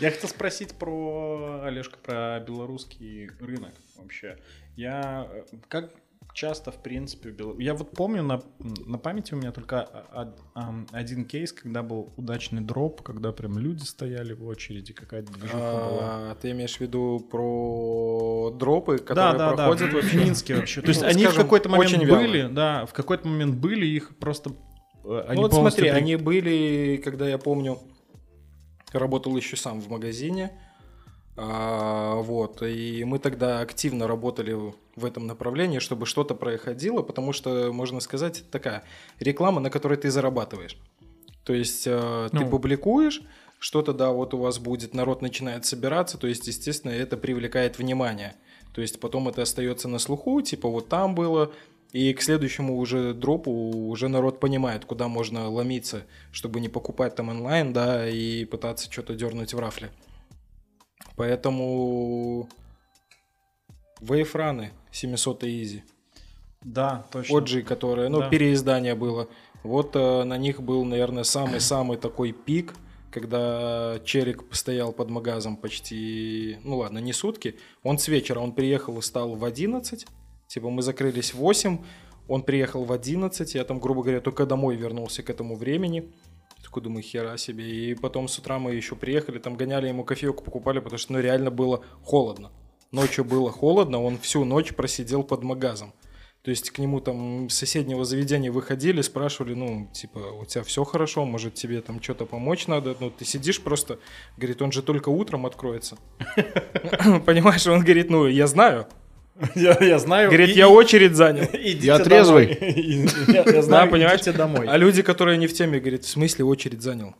S2: Я хотел спросить про, Олежка, про белорусский рынок вообще. Я э, как часто, в принципе, в Бело- я вот помню, на, на памяти у меня только о- од- ам, один кейс, когда был удачный дроп, когда прям люди стояли в очереди, какая-то движуха была.
S1: А, Ты имеешь в виду про дропы,
S2: Да,
S1: которые
S2: да, да,
S1: проходят
S2: в
S1: вообще?
S2: Минске вообще. То есть
S1: Ну,
S2: они в
S1: скажем,
S2: какой-то момент
S1: очень вяло.
S2: были, да, в какой-то момент были, их просто... э,
S1: Ну
S2: Они
S1: вот
S2: полностью
S1: смотри,
S2: при-
S1: они были, когда я помню, работал еще сам в магазине. А, вот, и мы тогда активно работали в- в этом направлении, чтобы что-то происходило, потому что, можно сказать, это такая реклама, на которой ты зарабатываешь. То есть э, ты
S3: Ну.
S1: публикуешь, что-то, да, вот у вас будет, народ начинает собираться, то есть, естественно, это привлекает внимание. То есть потом это остается на слуху, типа вот там было, и к следующему уже дропу уже народ понимает, куда можно ломиться, чтобы не покупать там онлайн, да, и пытаться что-то дернуть в рафле. Поэтому Вейфраны 700 Изи,
S2: Да, точно.
S1: Оджи, которое, ну,
S2: Да.
S1: переиздание было. Вот э, на них был, наверное, самый-самый такой пик, когда Черик стоял под магазом почти, ну ладно, не сутки. Он с вечера, он приехал и стал в 11, типа мы закрылись в 8, он приехал в 11, я там, грубо говоря, только домой вернулся к этому времени. Такой думаю, хера себе. И потом с утра мы еще приехали, там гоняли ему кофейку, покупали, потому что ну реально было холодно. Ночью было холодно, он всю ночь просидел под магазом. То есть к нему там с соседнего заведения выходили, спрашивали, ну, типа, у тебя все хорошо, может, тебе там что-то помочь надо? Ну, ты сидишь просто, говорит, он же только утром откроется. Понимаешь, он говорит, ну, я знаю,
S2: Я, я знаю.
S1: Говорит,
S2: и-
S1: я очередь занял.
S2: Идите
S4: Я
S2: домой.
S4: трезвый.
S2: Я я знаю,
S1: Да, понимаешь?
S2: идите домой.
S1: А люди, которые не в теме, говорит, в смысле очередь занял?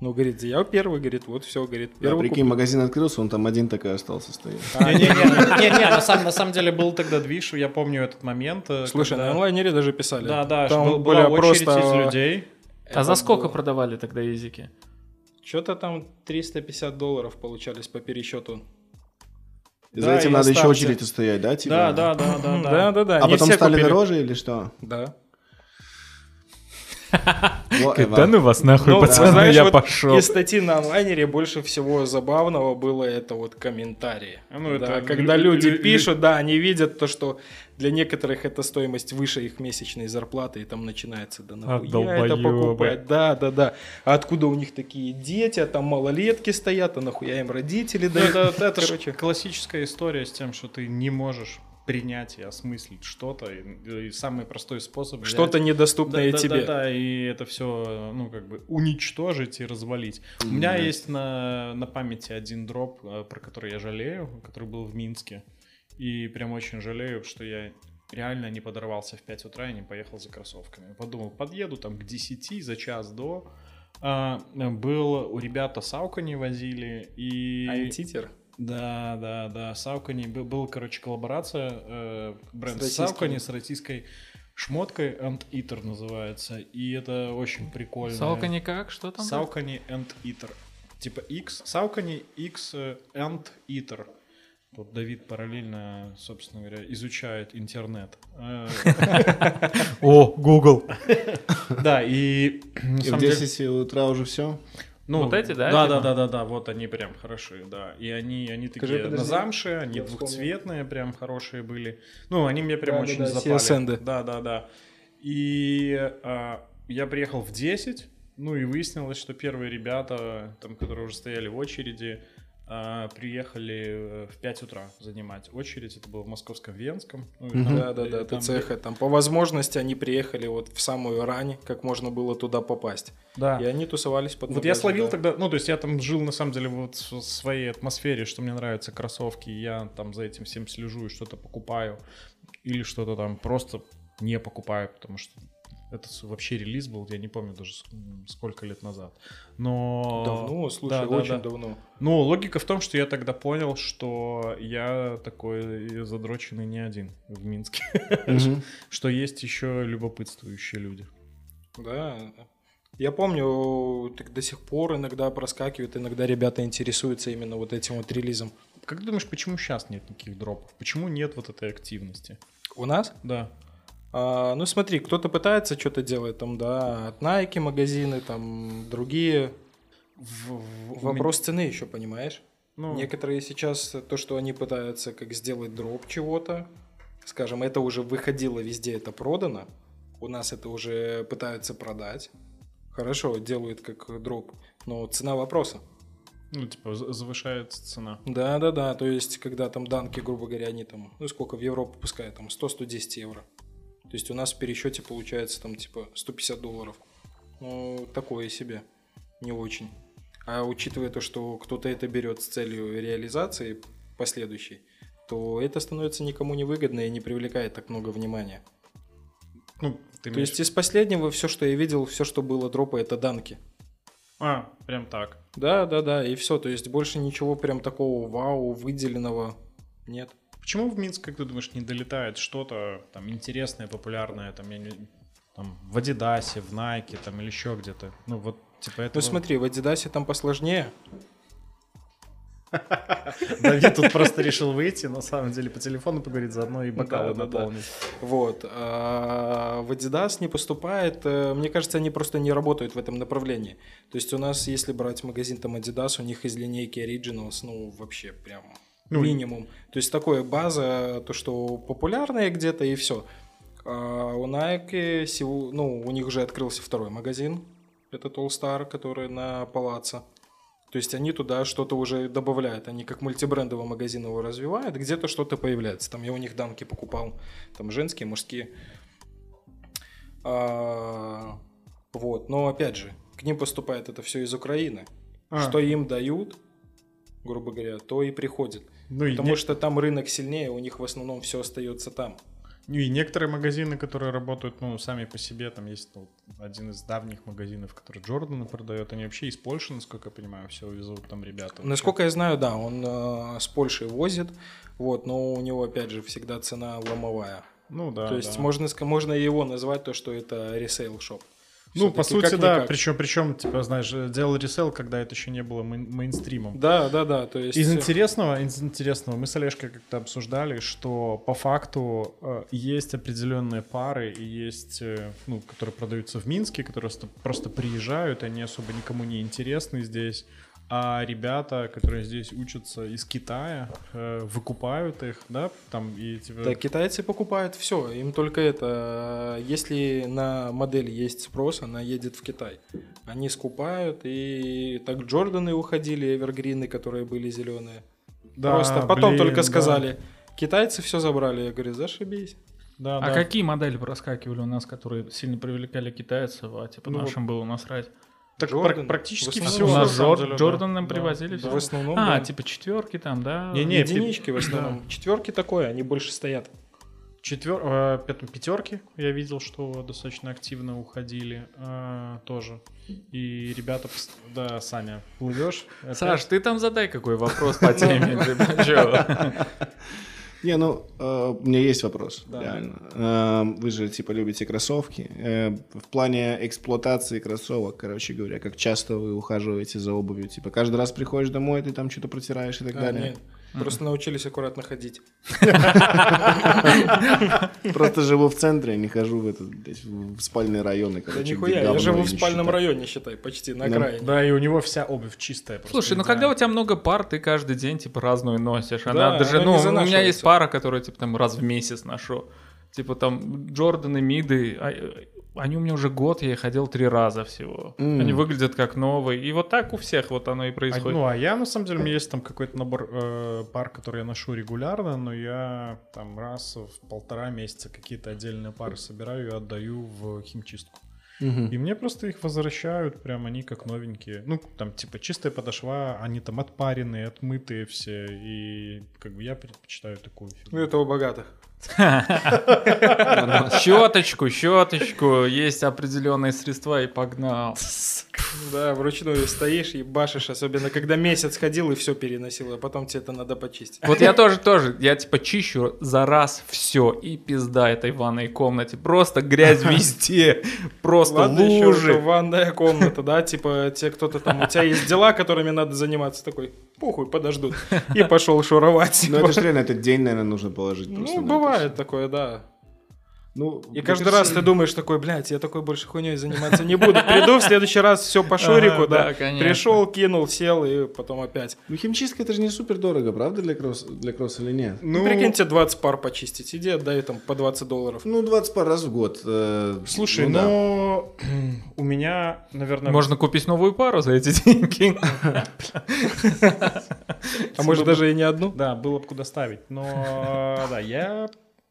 S1: Ну, говорит, я первый, говорит, вот все, говорит,
S4: Да,
S1: первый.
S4: А прикинь, магазин открылся, он там один такой остался стоит.
S2: А, Не-не-не, не-не, на самом- на самом деле был тогда движ, я помню этот момент. э,
S1: купил. Слушай,
S2: когда-
S1: на онлайнере даже писали.
S2: Да, да,
S1: там
S2: что
S1: были
S2: была очередь
S1: просто-
S2: из людей.
S1: Это
S9: А за сколько
S1: было-
S9: продавали тогда языки?
S1: Что-то там 350 долларов получались по пересчету.
S4: И за
S2: Да,
S4: этим
S2: и
S4: надо еще
S2: оставьте.
S4: очередь стоять, да? типа?
S2: Да, да, да, да,
S1: Да,
S2: да.
S1: да, да.
S4: А
S1: не
S4: потом
S1: все
S4: стали
S1: купили.
S4: дороже или что?
S1: Да.
S4: Whatever.
S3: Да ну вас нахуй,
S1: Ну,
S3: пацаны,
S1: знаешь,
S3: я
S1: вот
S3: пошел.
S1: Из статьи на онлайнере больше всего забавного было это вот комментарии.
S2: А ну, это
S1: Да,
S2: лю-
S1: когда
S2: лю-
S1: люди
S2: лю-
S1: пишут, да, они видят то, что для некоторых это стоимость выше их месячной зарплаты, и там начинается, да нахуя это
S3: долбоёбы.
S1: покупать, да, да, да. А откуда у них такие дети, а там малолетки стоят, а нахуя им родители
S2: Ну,
S1: дают.
S2: Это это ж
S1: Короче.
S2: классическая история с тем, что ты не можешь принять и осмыслить что-то. И и самый простой способ... взять-
S1: Что-то недоступное
S2: да,
S1: тебе.
S2: Да, да, и это все, ну, как бы уничтожить и развалить. У меня есть на, на памяти один дроп, э, про который я жалею, который был в Минске. И прям очень жалею, что я реально не подорвался в 5 утра и не поехал за кроссовками. Подумал, подъеду там к 10 за час до. А, э, был у ребята Саука не возили
S1: А
S2: и...
S1: Антитер.
S2: Да, да, да. Саукани был, был, короче, коллаборация э, бренд
S1: С российским.
S2: Саукани с российской шмоткой and Eater называется. И это очень прикольно.
S3: Салка никак, что там?
S2: Саукани and Eater. Типа X. Саукани X э, and Eater. Вот Давид параллельно, собственно говоря, изучает интернет. Э,
S3: О, Google.
S2: Да, и... на
S4: И в
S2: самом деле-
S4: 10 утра уже все?
S2: ну,
S3: Вот эти, да,
S2: Да, да,
S3: типа?
S2: да, да, да, вот они прям хороши, да. И они, они такие
S1: Скажи, подожди,
S2: на замше, они
S1: я вспомнил.
S2: двухцветные, прям хорошие были. Ну, они мне прям
S1: Да, да,
S2: очень
S1: да,
S2: запали.
S1: CSN.
S2: Да, да, да. И а, я приехал в 10, ну и выяснилось, что первые ребята, там, которые уже стояли в очереди, а, приехали э, в 5 утра занимать очередь. Это было в московском Венском. Ну, и там-
S1: Да, да, да,
S2: и там-
S1: ТЦХ. Там по возможности они приехали вот в самую рань, как можно было туда попасть.
S2: Да.
S1: И они тусовались под
S2: Вот я
S1: ногами,
S2: словил
S1: да.
S2: тогда, ну, то есть я там жил, на самом деле, вот в своей атмосфере, что мне нравятся кроссовки, и я там за этим всем слежу и что-то покупаю, или что-то там просто не покупаю, потому что это с- вообще релиз был, я не помню даже с- м, сколько лет назад. Но...
S1: Давно, слушай,
S2: Да, да,
S1: очень
S2: да.
S1: давно.
S2: Ну, логика в том, что я тогда понял, что я такой э, задроченный не один в Минске,
S4: Мгм.
S2: что есть еще любопытствующие люди.
S1: Да. Я помню, так до сих пор иногда проскакивают, иногда ребята интересуются именно вот этим вот релизом.
S2: Как ты думаешь, почему сейчас нет никаких дропов? Почему нет вот этой активности?
S1: У нас?
S2: Да.
S1: А, ну смотри, кто-то пытается что-то делать там, да, от Nike магазины, там другие. Вопрос цены еще, понимаешь?
S2: Ну,
S1: Некоторые сейчас то, что они пытаются как сделать дроп чего-то, скажем, это уже выходило везде, это продано, у нас это уже пытаются продать. Хорошо, делают как дроп, но цена вопроса.
S2: ну, типа, за- завышается цена.
S1: Да, да, да. То есть, когда там данки, грубо говоря, они там, ну сколько в Европу пускают, там 100-110 евро. То есть у нас в пересчете получается там типа 150 долларов. Ну, такое себе. Не очень. А учитывая то, что кто-то это берет с целью реализации последующей, то это становится никому не выгодно и не привлекает так много внимания.
S2: Ну,
S1: То
S2: ты имеешь-
S1: есть из последнего все, что я видел, все, что было дропа, это данки.
S2: А, прям так.
S1: Да, да, да, и все. То есть больше ничего прям такого вау, выделенного нет.
S2: Почему в Минск, как ты думаешь, не долетает что-то там интересное, популярное, там, я не... Там, в Адидасе, в Найке, там, или еще где-то? Ну, вот, типа, это...
S1: Ну смотри, в Адидасе там посложнее.
S2: Давид тут просто решил выйти, на самом деле, по телефону поговорить заодно и бокалы
S1: Да, да, да.
S2: наполнить.
S1: Вот. а в Adidas не поступает. э, Мне кажется, они просто не работают в этом направлении. То есть у нас, если брать магазин там Adidas, у них из линейки Originals, ну, вообще прям
S2: Ну,
S1: минимум. То есть такое база, то, что популярное где-то и все. А у Nike, сего- ну, у них уже открылся второй магазин. Это All Star, который на Палаце. То есть они туда что-то уже добавляют. Они как мультибрендовый магазин его развивают, где-то что-то появляется. Там я у них данки покупал, там женские, мужские. А, вот, но опять же, к ним поступает это все из Украины.
S2: А.
S1: Что им дают, грубо говоря, то и приходит.
S2: Ну и,
S1: Потому
S2: не-
S1: что там рынок сильнее, у них в основном все остается там.
S2: ну и некоторые магазины, которые работают, ну, сами по себе, там есть ну, один из давних магазинов, который Джордана продает, они вообще из Польши, насколько я понимаю, все везут там ребята.
S1: Насколько я знаю, да, он э, с Польши возит, вот, но у него, опять же, всегда цена ломовая.
S2: Ну да,
S1: то есть
S2: да.
S1: можно, ска- можно его назвать то, что это ресейл-шоп.
S2: Ну, по
S1: Всё-таки
S2: сути,
S1: как-никак.
S2: да, причем, причем, типа, знаешь, э, делал ресел, когда это еще не было мейн- мейнстримом.
S1: Да, да, да, то есть... э,
S2: Из интересного, из интересного, мы с Олежкой как-то обсуждали, что по факту э, есть определенные пары, и есть, э, ну, которые продаются в Минске, которые просто- просто приезжают, и они особо никому не интересны здесь. А ребята, которые здесь учатся из Китая, э, выкупают их, да, там и типа...
S1: Да, китайцы покупают все, им только это, э, если на модель есть спрос, она едет в Китай. Они скупают, и так Джорданы уходили, Эвергрины, которые были зеленые.
S2: Да,
S1: Просто потом
S2: блин,
S1: только
S2: да.
S1: сказали, китайцы все забрали. Я говорю, зашибись.
S2: Да,
S10: А
S2: да.
S10: какие модели проскакивали у нас, которые сильно привлекали китайцев, а типа
S2: Ну,
S10: нашим было насрать?
S2: Так
S1: Джордан.
S2: прак- практически
S1: В
S10: У
S1: основном
S2: все.
S1: всё,
S10: нас
S2: на самом деле, да.
S10: Джордан нам привозили
S1: В
S10: всё?
S1: основном,
S10: А,
S1: ну, да.
S10: типа четверки там, да?
S2: Не-не, не,
S1: единички в основном. Четверки такое, они больше стоят.
S2: Четвер... э, пят- Пятерки я видел, что достаточно активно уходили э, тоже. И ребята, пс- да, Саня, плывешь.
S3: Саш, ты там задай какой вопрос по теме. ты чё?
S4: Не, ну, э, у меня есть вопрос,
S2: Да.
S4: реально. Э, вы же, типа, любите кроссовки. Э, в плане эксплуатации кроссовок, короче говоря, как часто вы ухаживаете за обувью? Типа, каждый раз приходишь домой, ты там что-то протираешь и так
S1: А,
S4: далее?
S1: нет, Просто научились аккуратно ходить.
S4: Просто живу в центре, не хожу в этот, блядь, в спальные районы,
S1: Да
S4: короче. где
S1: нихуя, я
S4: говно
S1: живу
S4: и
S1: в
S4: не
S1: спальном
S4: считаю.
S1: районе, считай, почти, на
S4: Да.
S1: окраине.
S2: Да, и у него вся обувь чистая. просто
S3: Слушай, ну
S2: идеально.
S3: когда у тебя много пар, ты каждый день типа разную носишь.
S1: Да,
S3: Она даже,
S1: она
S3: ну,
S1: не
S3: у меня есть
S1: занашивается.
S3: пара, которую типа там раз в месяц ношу. Типа там Джорданы, Миды, а, э, они у меня уже год, я их ходил три раза всего.
S4: М.
S3: Они выглядят как новые. И вот так у всех вот оно и
S2: А,
S3: происходит.
S2: ну, а я, на самом деле, у меня есть там какой-то набор э, пар, которые я ношу регулярно, но я там раз в полтора месяца какие-то отдельные пары собираю и отдаю в химчистку.
S4: Мгм.
S2: И мне просто их возвращают, прям они как новенькие. Ну, там, типа, чистая подошва, они там отпаренные, отмытые все. И как бы я предпочитаю такую
S1: Ну,
S2: фигню.
S1: это у богатых.
S3: Щеточку, щеточку, есть определенные средства и погнал.
S1: Да, вручную стоишь и башишь, особенно когда месяц ходил и все переносил, а потом тебе это надо почистить.
S3: Вот я тоже, тоже, я типа чищу за раз все и пизда этой ванной комнате. Просто грязь везде, просто
S1: Ладно, еще что
S3: лужи.
S1: ванная комната, да, типа те кто-то там, у тебя есть дела, которыми надо заниматься, такой, похуй, подождут, и пошел шуровать.
S4: Ну, это же реально, этот день, наверное, нужно положить. просто на
S1: Ну,
S4: это
S1: бывает такое, да.
S4: всё. Ну,
S1: И
S4: мне
S1: каждый
S4: кажется,
S1: раз ты думаешь такой, блядь, я такой больше хуйней заниматься не буду. Приду в следующий раз, все по шурику, да. Пришел, кинул, сел и потом опять.
S4: Ну, химчистка, это же не супер дорого, правда, для кросс, для кросс или нет?
S1: Ну, прикиньте, 20 пар почистить. Иди отдай там по 20 долларов.
S4: Ну, 20 пар раз в год. э,
S2: Слушай,
S4: ну да.
S2: но у меня,
S1: ну,
S2: наверное...
S3: Можно купить новую пару за эти деньги.
S1: А может даже и не одну?
S2: Да, было бы куда ставить. Но, э, да, я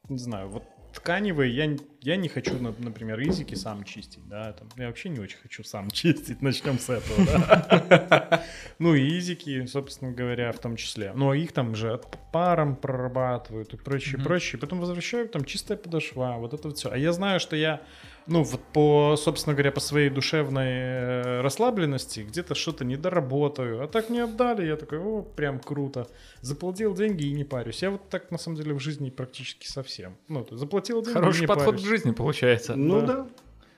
S2: не знаю, вот тканевые, я, н- я не хочу, на- например, изики сам чистить, да, там, я вообще не очень хочу сам чистить, начнем с этого, да. Ну и изики, собственно говоря, в том числе. Но их там же паром прорабатывают и прочее,
S3: Мгм.
S2: прочее. Потом возвращают, там чистая подошва, вот это вот все. А я знаю, что я, ну вот по, собственно говоря, по своей душевной э, расслабленности где-то что-то недоработаю. А так не отдали, я такой, о, прям круто. Заплатил деньги и не парюсь. Я вот так, на самом деле, в жизни практически совсем. Ну, то есть заплатил деньги и не
S3: Хороший подход к
S2: парюсь.
S3: жизни получается.
S4: Ну,
S2: да.
S4: да.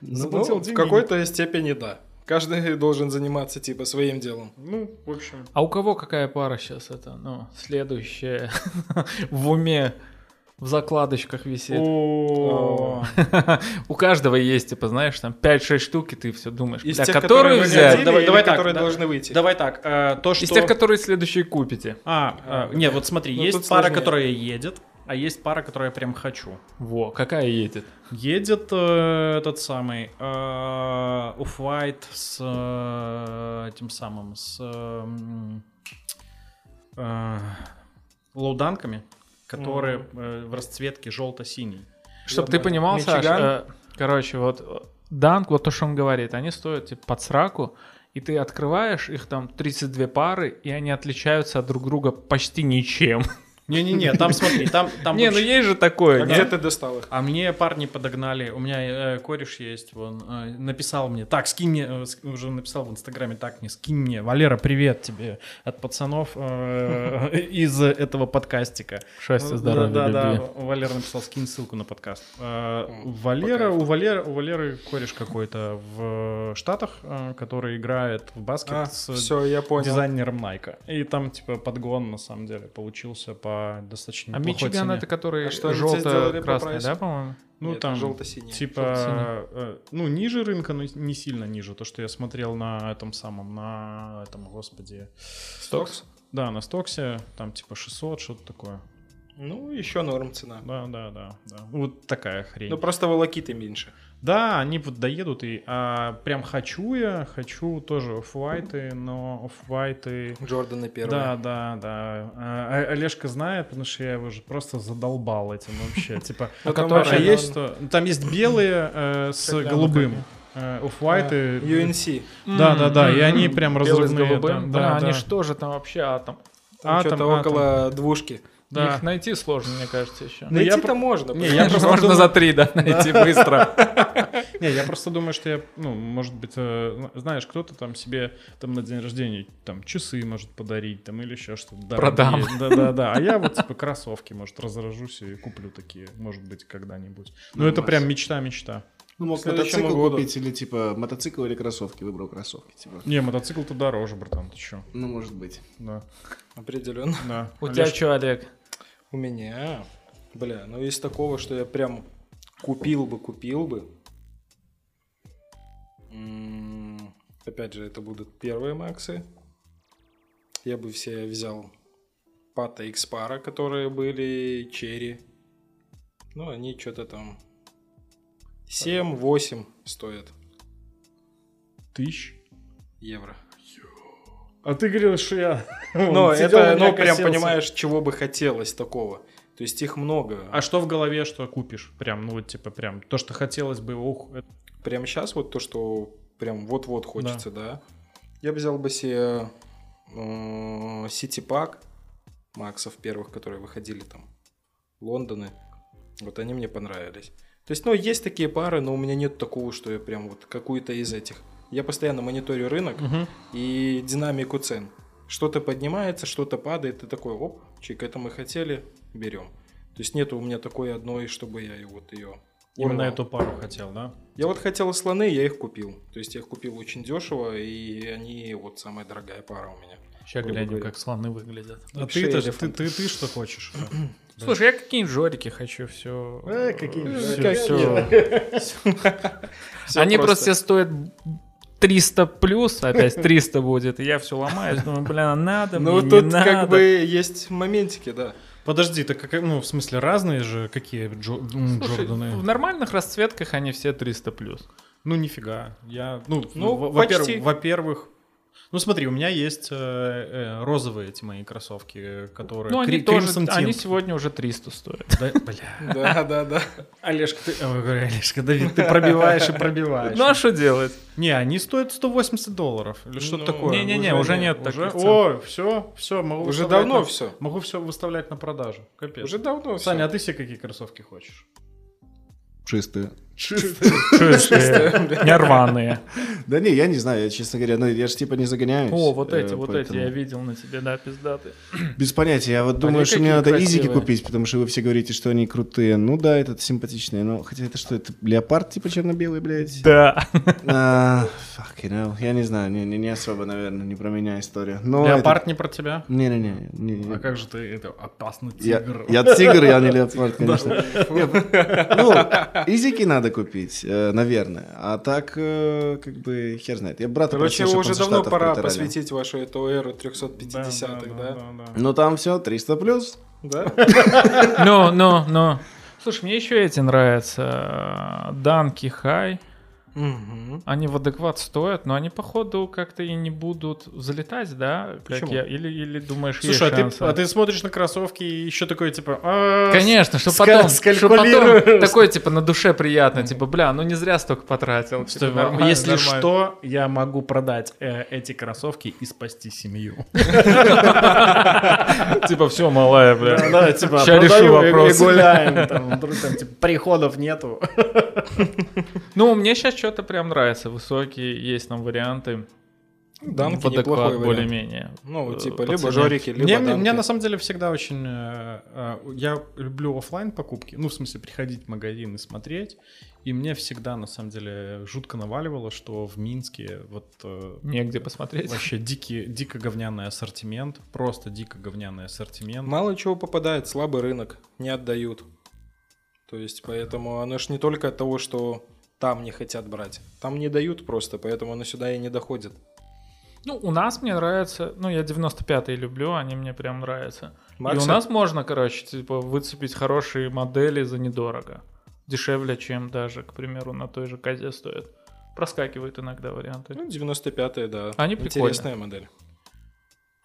S4: Ну,
S2: Заплатил
S1: в
S2: деньги.
S1: какой-то степени да. Каждый должен заниматься типа своим делом.
S2: Ну, в общем,
S3: А у кого какая пара сейчас это, ну, следующая в уме, в закладочках висит?
S2: о,
S3: У каждого есть, типа, знаешь, там 5-6 штук, и ты все думаешь,
S1: Из
S3: бля,
S1: тех,
S3: которую
S1: которые вы не
S3: взять?
S1: одели,
S2: Давай-
S1: или
S2: давай так,
S1: которые
S2: да.
S1: должны выйти.
S2: Давай так, э, то, что...
S3: Из тех, которые следующие купите.
S2: А, э, нет, вот смотри,
S1: Ну,
S2: есть
S1: тут
S2: пара,
S1: сложнее.
S2: которая едет, а есть пара, которую я прям хочу.
S3: Во, какая едет?
S2: Едет э, этот самый э, Off-White с э, этим самым, с э, м, э, лоуданками, которые э, в расцветке желто-синий.
S3: Чтоб
S1: Я
S3: ты
S1: понял.
S3: понимал, Саш,
S1: Мичиган?
S3: э, короче, вот э, Данк, вот то, что он говорит, они стоят типа под сраку, и ты открываешь их там 32 пары, и они отличаются от друг друга почти ничем.
S2: Не-не-не, там смотри, там... там
S3: Не, ну
S2: вообще-
S3: есть же такое.
S1: А
S3: нет?
S1: где ты достал их?
S2: А мне парни подогнали, у меня э, кореш есть, он э, написал мне, так, скинь мне, э, ск- уже написал в Инстаграме, так, не скинь мне, Валера, привет тебе от пацанов э, из этого подкастика.
S3: Счастья,
S2: Ну,
S3: здоровья,
S2: да, да,
S3: любви.
S2: да. Валера написал, скинь ссылку на подкаст. Э, Валера, у Валеры, у Валеры кореш какой-то в Штатах, э, который играет в баскет А, с
S1: все, я А, понял.
S2: дизайнером Найка. И там, типа, подгон, на самом деле, получился по достаточно
S3: А
S2: неплохой
S3: Мичиган
S2: цене.
S3: это который
S1: А что они здесь сделали по
S3: желто-красный,
S1: прайсу?
S3: да, по-моему?
S2: Ну, там
S1: желто-синий.
S2: Типа, э, ну, ниже рынка, но не сильно ниже. То, что я смотрел на этом самом, на этом, господи.
S1: Стокс.
S2: Да, на Стоксе, там типа 600, что-то такое.
S1: Ну, еще норм цена.
S2: Да, да, да, да. Вот такая хрень.
S1: Ну, просто волокиты меньше.
S2: Да, они вот доедут, и а, прям хочу я, хочу тоже оффвайты, но оффвайты...
S1: Джорданы первые.
S2: Да, да, да. А, О- Олежка знает, потому что я его уже просто задолбал этим вообще. Типа,
S1: Ну, там
S2: там
S1: вообще,
S2: вообще есть
S1: наверно,
S2: что? Ну, Там есть белые э, с
S1: Когда А, мы
S2: голубым. Э, Оффвайты.
S1: UNC.
S2: Да, да, да. И
S3: М,
S2: они
S3: м,
S2: прям
S3: белый с
S2: разрывные. Да,
S3: голубым.
S2: да,
S3: Бля,
S2: да.
S3: они что же там вообще атом?
S1: Там
S2: Атом,
S1: что-то
S2: атом.
S1: Ну, около двушки.
S2: Да.
S3: Их найти сложно, мне кажется, еще.
S2: Ну, я
S1: Найти-то
S2: про-
S1: можно.
S2: Не, я просто
S3: Можно
S2: думаю-
S3: за три, да, найти быстро.
S2: Не, я просто думаю, что я, ну, может быть, э, зна- знаешь, кто-то там себе там на день рождения там часы может подарить, там или еще что-то. дорогие.
S3: Продам.
S2: Да, да, да. А я вот типа кроссовки, может, разражусь и куплю такие, может быть, когда-нибудь. Ну, это прям мечта-мечта.
S4: Ну, мог
S1: К следующему
S4: мотоцикл
S1: году.
S4: купить или типа мотоцикл или кроссовки. Выбрал кроссовки, типа.
S2: Не, мотоцикл-то дороже, братан, ты че?
S4: Ну, может быть.
S2: Да,
S1: Определенно.
S2: да. А
S3: У
S2: Олеж,
S3: тебя что, Олег?
S1: У меня. Бля, ну есть такого, что я прям купил бы, купил бы. М, Опять же, это будут первые максы. Я бы все взял Пата X пара, которые были, Черри. Ну, они что-то там 7-8 стоят
S2: тысяч?
S1: евро.
S2: А ты говорил, что я...
S1: Но
S2: он сидел,
S1: это,
S2: у меня
S1: ну, прям
S2: косился.
S1: понимаешь, чего бы хотелось такого. То есть их много.
S2: А что в голове, что купишь? Прям, ну, вот, типа, прям, то, что хотелось бы, э, ух, это-
S1: прямо сейчас вот то, что прям вот-вот хочется, да. Я бы взял бы себе э, сити-пак Максов первых, которые выходили там, Лондоны. Вот они мне понравились. То есть, ну, есть такие пары, но у меня нет такого, что я прям вот какую-то из этих. Я постоянно мониторю рынок и динамику цен. Что-то поднимается, что-то падает, и такой, оп, чик, это мы хотели, берем. То есть нету у меня такой одной, чтобы я и вот ее...
S2: именно эту пару хотел, да?
S1: Я вот хотел слоны, я их купил. То есть я их купил очень дешево, и они вот самая дорогая пара у меня.
S3: Сейчас
S1: Грубо
S3: глянем,
S1: говоря.
S3: как слоны выглядят.
S2: А
S1: Шея
S2: ты-то- ты,
S1: элефанта.
S2: ты, ты что хочешь?
S3: Слушай, я какие-нибудь жорики хочу, все.
S2: Э, какие-нибудь
S3: все,
S2: жорики.
S1: Всё
S3: Они просто стоят 300 плюс, опять 300 будет, и я все ломаюсь, думаю, бля, надо,
S1: Ну
S3: мне не
S1: тут
S3: надо.
S1: как бы есть моментики, да.
S2: Подожди, так как, ну, в смысле, разные же какие Джо- м,
S3: Слушай, в
S2: Джорданы?
S3: нормальных расцветках они все 300 плюс.
S2: Ну, нифига. Я, ну,
S1: Ну,
S2: во-
S1: почти.
S2: во-первых, во-первых, ну смотри, у меня есть э, э, розовые эти мои кроссовки, которые...
S3: Ну, они
S2: Кри-
S3: тоже,
S2: Crimson Tint.
S3: они сегодня уже 300 стоят.
S2: Да, бля.
S1: Да, да, да.
S2: Олежка, ты... Ой, говорю, Олежка, Давид, ты пробиваешь и пробиваешь.
S3: Ну а что делать?
S2: Не, они стоят 180 долларов или что-то
S1: Ну,
S2: такое.
S3: Не-не-не, уже нет таких цен.
S2: О, все, все, могу
S1: Уже
S2: выставлять
S1: давно
S2: на-
S1: все.
S2: Могу все выставлять на продажу. Капец.
S1: Уже давно всё.
S2: Саня, а ты себе какие кроссовки хочешь?
S4: Чистые.
S3: Не рваные.
S4: Да не, я не знаю, я, честно говоря, ну я же типа не загоняюсь.
S3: О, вот эти,
S4: э,
S3: вот эти,
S4: поэтому-
S3: я видел на тебе, да, пиздаты.
S4: Без понятия, я вот думаю, что мне
S3: какие
S4: надо изики
S3: красивые.
S4: купить, потому что вы все говорите, что они крутые. Ну да, это симпатичные, но хотя это что, это леопард типа черно-белый, блядь?
S3: Да.
S4: А, Fucking hell, я не знаю, не, не, не особо, наверное, не про меня история. Но
S2: Леопард не про тебя?
S4: этот- Не-не-не. не- не-
S6: А как же ты это опасный
S4: Я,
S6: тигр?
S4: я тигр, я не леопард, конечно. Не, Ну, изики надо купить, э, наверное. А так, э, как бы, хер знает. Я брата
S1: Короче,
S4: просил, чтоб он
S1: уже
S4: со
S1: давно
S4: Штатов
S1: пора
S4: приторонил.
S1: посвятить вашу эту эру 350-х, да?
S4: Ну там все, 300 плюс.
S1: Да?
S3: Ну, ну, ну. Слушай, мне еще эти нравятся. Данки Хай.
S1: Мгм.
S3: Они в адекват стоят, но они, походу, как-то и не будут залетать, да? как
S2: Почему?
S3: я- Или, или думаешь, есть
S2: Слушай, а
S3: шансы?
S2: ты, а ты смотришь на кроссовки и еще такой, типа, «А,
S3: Конечно, что
S2: ска-
S3: потом, что
S2: скалькулирую».
S3: потом такое, типа, на душе приятно, типа, бля, ну не зря столько потратил.
S2: Что,
S3: типа, нормально,
S2: если
S3: нормально.
S2: что, я могу продать э, эти кроссовки и спасти семью.
S3: Типа, все, малая, бля.
S2: Да, типа,
S3: Ща решу
S2: продаю и-
S3: вопрос.
S2: и гуляем. Там, вдруг там, типа, приходов нету.
S3: Ну, мне сейчас что-то прям нравится. Высокие есть там варианты.
S1: Данки
S3: в адекват
S1: ну, неплохой вариант.
S3: более-менее.
S1: Ну,
S3: э,
S1: типа,
S3: по
S1: либо
S3: цене.
S1: жорики, либо
S2: Мне,
S1: данки.
S2: мне на самом деле всегда очень... э, э, Я люблю оффлайн покупки, ну, в смысле, приходить в магазин и смотреть. И мне всегда, на самом деле, жутко наваливало, что в Минске вот э,
S3: Негде посмотреть.
S2: вообще дикий, дико говняный ассортимент, просто дико говняный ассортимент.
S1: Мало чего попадает, слабый рынок, не отдают. То есть, поэтому оно ж не только от того, что там не хотят брать. Там не дают просто, поэтому оно сюда и не доходит.
S3: Ну, у нас мне нравится, ну, я 95-е люблю, они мне прям нравятся.
S1: Макса?
S3: И у нас можно, короче, типа, выцепить хорошие модели за недорого. Дешевле, чем даже, к примеру, на той же козе стоит. Проскакивают иногда варианты.
S1: Ну, 95-е, да.
S3: Они прикольные.
S1: Интересная модель.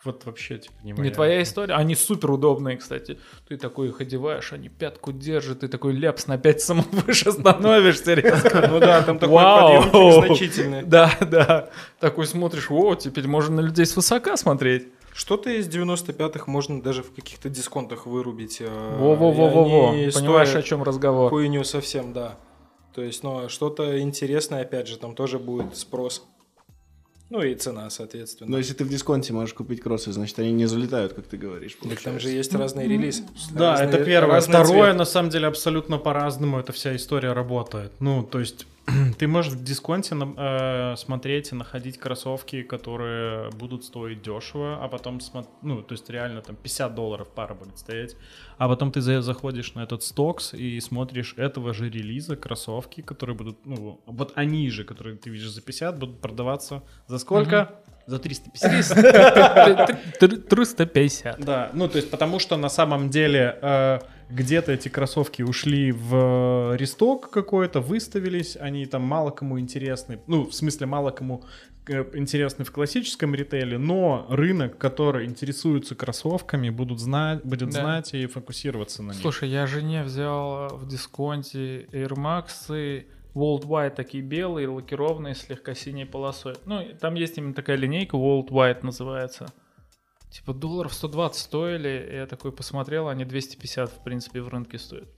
S2: Вот вообще, типа, не
S3: Не
S2: моя.
S3: твоя история. Они супер удобные, кстати. Ты такой их одеваешь, они пятку держат, ты такой ляпс на 5 самого выше становишься резко.
S1: Ну да, там такой
S3: Вау!
S1: подъем значительный.
S3: Да, да. Такой смотришь, о, теперь можно на людей свысока смотреть.
S1: Что-то из 95-х можно даже в каких-то дисконтах вырубить. э,
S3: Во-во-во-во-во.
S1: и они
S3: Понимаешь, о
S1: стоят
S3: чем разговор?
S1: Хуйню совсем, да. То есть, ну, что-то интересное, опять же, там тоже будет спрос. Ну и цена, соответственно.
S4: Но если ты в дисконте можешь купить кроссы, значит, они не залетают, как ты говоришь.
S1: Так там
S4: получается.
S1: же есть разные релизы.
S2: Ну, Да,
S1: Разные-
S2: это первое.
S1: разный
S2: Второе,
S1: цвет.
S2: на самом деле, абсолютно по-разному эта вся история работает. Ну, то есть ты можешь в дисконте на- э, смотреть и находить кроссовки, которые будут стоить дешево, а потом, смо- ну, то есть реально там 50 долларов пара будет стоять, а потом ты за- заходишь на этот стокс и смотришь этого же релиза кроссовки, которые будут, ну, вот они же, которые ты видишь за 50, будут продаваться за сколько? За 350.
S3: 350.
S2: Да, ну то есть потому что на самом деле э, где-то эти кроссовки ушли в э, ресток какой-то, выставились, они там мало кому интересны, ну в смысле мало кому э, интересны в классическом ритейле, но рынок, который интересуется кроссовками, будут знать, будет
S3: Да.
S2: знать и фокусироваться на них.
S3: Слушай, я жене взял э, в дисконте Air Max'ы Worldwide такие белые, лакированные, слегка синей полосой. Ну, и там есть именно такая линейка, Worldwide называется. Типа долларов 120 стоили, и я такой посмотрел, они 250 в принципе в рынке стоят.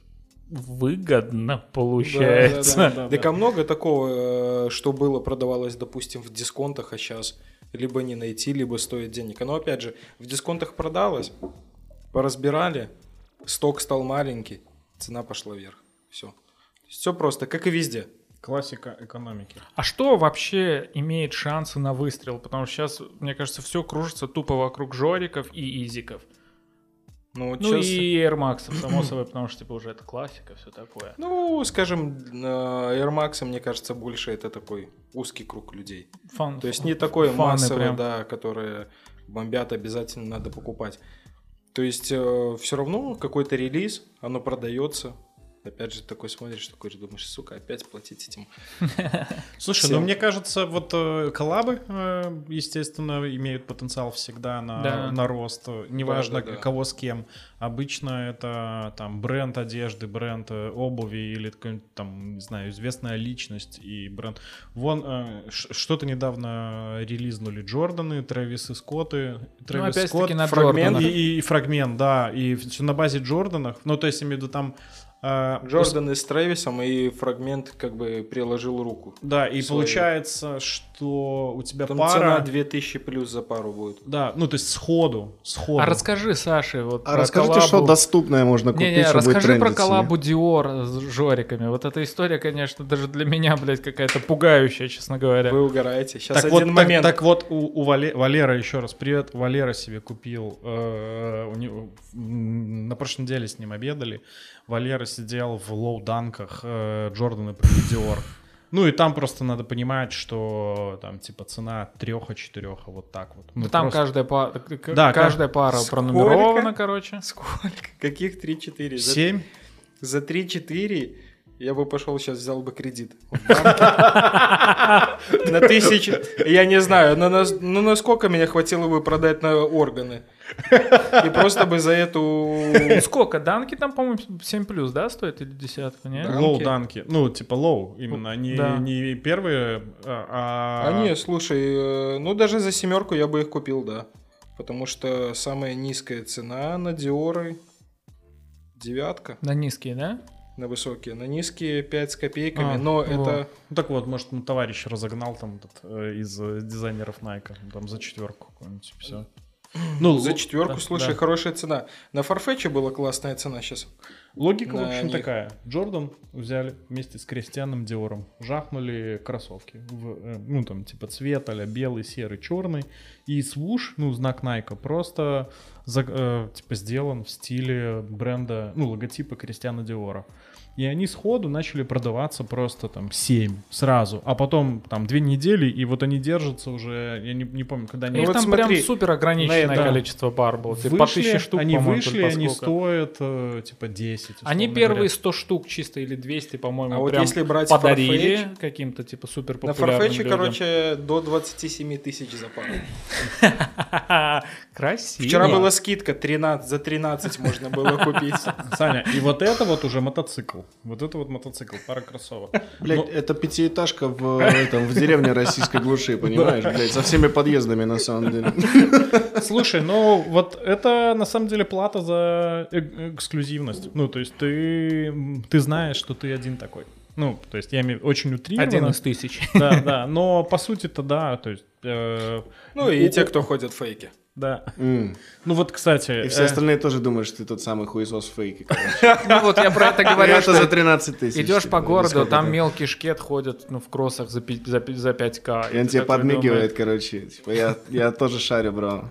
S3: Выгодно получается.
S1: Да, да, да. много такого, э, что было, продавалось, допустим, в дисконтах, а сейчас либо не найти, либо стоит денег. Но опять же, в дисконтах продалось, поразбирали, сток стал маленький, цена пошла вверх. Все. Все просто, как и везде.
S2: Классика экономики.
S3: А что вообще имеет шансы на выстрел? Потому что сейчас, мне кажется, все кружится тупо вокруг жориков и изиков.
S1: Ну, вот
S3: Ну
S1: щас-
S3: и Air Max, само собой, потому что типа уже это классика, все такое.
S1: ну, скажем, на Air Max, мне кажется, больше это такой узкий круг людей.
S3: Фан. Ну,
S1: То есть не такое
S3: фаны
S1: массовое,
S3: прям.
S1: да, которое бомбят, обязательно надо покупать. То есть все равно какой-то релиз, оно продается. Опять же, такой смотришь, такой же думаешь, сука, опять платить этим.
S2: Слушай,
S1: Всем.
S2: ну мне кажется, вот э, коллабы, э, естественно, имеют потенциал всегда на,
S3: Да.
S2: на рост. Неважно,
S1: Да-да-да.
S2: кого с кем. Обычно это там бренд одежды, бренд э, обуви или какой-нибудь там, не знаю, известная личность и бренд. Вон э, ш- что-то недавно релизнули Джорданы, Трэвисы Скотты. Трэвис
S3: Ну, опять-таки
S2: Скотт,
S3: на
S1: фрагмент.
S3: Джорданах.
S2: и, и- и фрагмент, да. И все на базе Джорданов. Ну, то есть, я имею в виду там... э,
S1: Джордан и с Трэвисом и фрагмент как бы приложил руку.
S2: да, и
S1: Свою.
S2: получается, что у тебя
S1: Там цена
S2: пара...
S1: 2000 плюс за пару будет.
S2: Да, ну то есть сходу, сходу.
S3: А расскажи, Саше, вот
S4: А расскажи, что доступное можно купить,
S3: Не, не,
S4: что будет
S3: расскажи про
S4: трендить,
S3: коллабу Dior с жориками. Вот эта история, конечно, даже для меня, блядь, какая-то пугающая, честно говоря.
S1: Вы угораете. Сейчас
S2: так вот,
S1: один
S2: так-
S1: момент.
S2: Так, вот, у, у Вале- Валера, еще раз привет, Валера себе купил, э, у него- м, на прошлой неделе с ним обедали, Валера сидел в лоу-данках э, Джордана при Dior. Ну и там просто надо понимать, что там типа цена от трех, от четырех, вот так вот. Ну,
S3: Да там
S2: просто-
S3: каждая пара, к-
S2: Да,
S3: каждая пара
S1: Сколько?
S3: пронумерована, короче.
S1: Сколько? Каких 3-4? За-
S2: Семь?
S1: За 3-4 Я бы пошел сейчас, взял бы кредит в банке. На тысячу, я не знаю, на нас- ну насколько меня хватило бы продать на органы. И просто бы за эту...
S3: Ну, Сколько? Данки там, по-моему, 7 плюс, да, стоит или десятка, не?
S1: Да.
S2: Лоу
S1: Данки.
S2: данки. Ну, типа лоу именно. Они
S3: Ну, да.
S2: не первые, а...
S1: А не, слушай, э, ну даже за семерку я бы их купил, да. Потому что самая низкая цена на Диоры девятка,
S3: На низкие, да?
S1: на высокие, на низкие 5 с копейками,
S3: А,
S1: но
S3: во.
S1: это...
S2: Ну, так вот, может, ну, товарищ разогнал там этот, э, из э, дизайнеров Найка. Там за четверку какую-нибудь, все. Ну,
S1: За
S2: ло-
S1: четверку,
S2: да,
S1: слушай,
S2: да.
S1: хорошая цена. На Farfetch была классная цена сейчас.
S2: Логика, в
S1: На
S2: общем,
S1: них.
S2: такая. Джордан взяли вместе с Кристианом Диором, жахнули кроссовки. в, э, ну, там, типа, цвет а белый, серый, черный. И свуш, ну, знак Найка, просто, за- э, типа, сделан в стиле бренда, ну, логотипа Кристиана Диора. И они сходу начали продаваться просто там 7 сразу. А потом там две недели, и вот они держатся уже, я не, не помню, когда они...
S1: Ну,
S3: Их
S1: вот
S3: там
S1: смотри,
S3: прям супер ограниченное
S2: да.
S3: количество пар было. Ты
S2: Вышли,
S3: по тысяче штук,
S2: они
S3: по-моему,
S2: вышли,
S3: только
S2: они
S3: сколько.
S2: стоят, э, типа, 10.
S3: Они
S2: условно
S3: первые
S2: говоря.
S3: 100 штук чисто или 200, по-моему,
S1: А вот
S3: прям
S1: если брать
S3: подарили
S1: Farfetch-
S3: каким-то типа супер
S1: На
S3: популярным
S1: Farfetch,
S3: людям.
S1: короче, до 27 тысяч за пару.
S3: Красиво.
S1: Вчера была скидка, 13, за 13 можно было купить.
S2: Саня, и вот это вот уже мотоцикл. Вот это вот мотоцикл, пара кроссовок.
S4: Блять,
S2: Ну,
S4: это пятиэтажка в, этом, в деревне российской глуши, понимаешь, блядь, со всеми подъездами на самом деле.
S2: Слушай, ну вот это на самом деле плата за э- эксклюзивность. Ну, то есть ты, м, ты знаешь, что ты один такой. Ну, то есть я имею- очень утрированно.
S3: Один из тысяч.
S2: Да, да, но по сути-то да, то есть... э,
S1: Ну и те, кто ходят фейки.
S2: Да.
S4: М.
S2: Ну вот, кстати...
S4: И все
S2: э,
S4: остальные тоже думают, что ты тот самый хуесос фейки.
S3: Ну вот я про это говорю,
S4: Это за
S3: что
S4: 13 тысяч.
S3: идешь
S4: типа,
S3: по
S4: или
S3: городу,
S4: сколько
S3: там мелкий шкет ходит, ну, в кроссах за пи- за пи- за 5к.
S4: И он тебе подмигивает, короче. Типа, я, я тоже шарю, бро.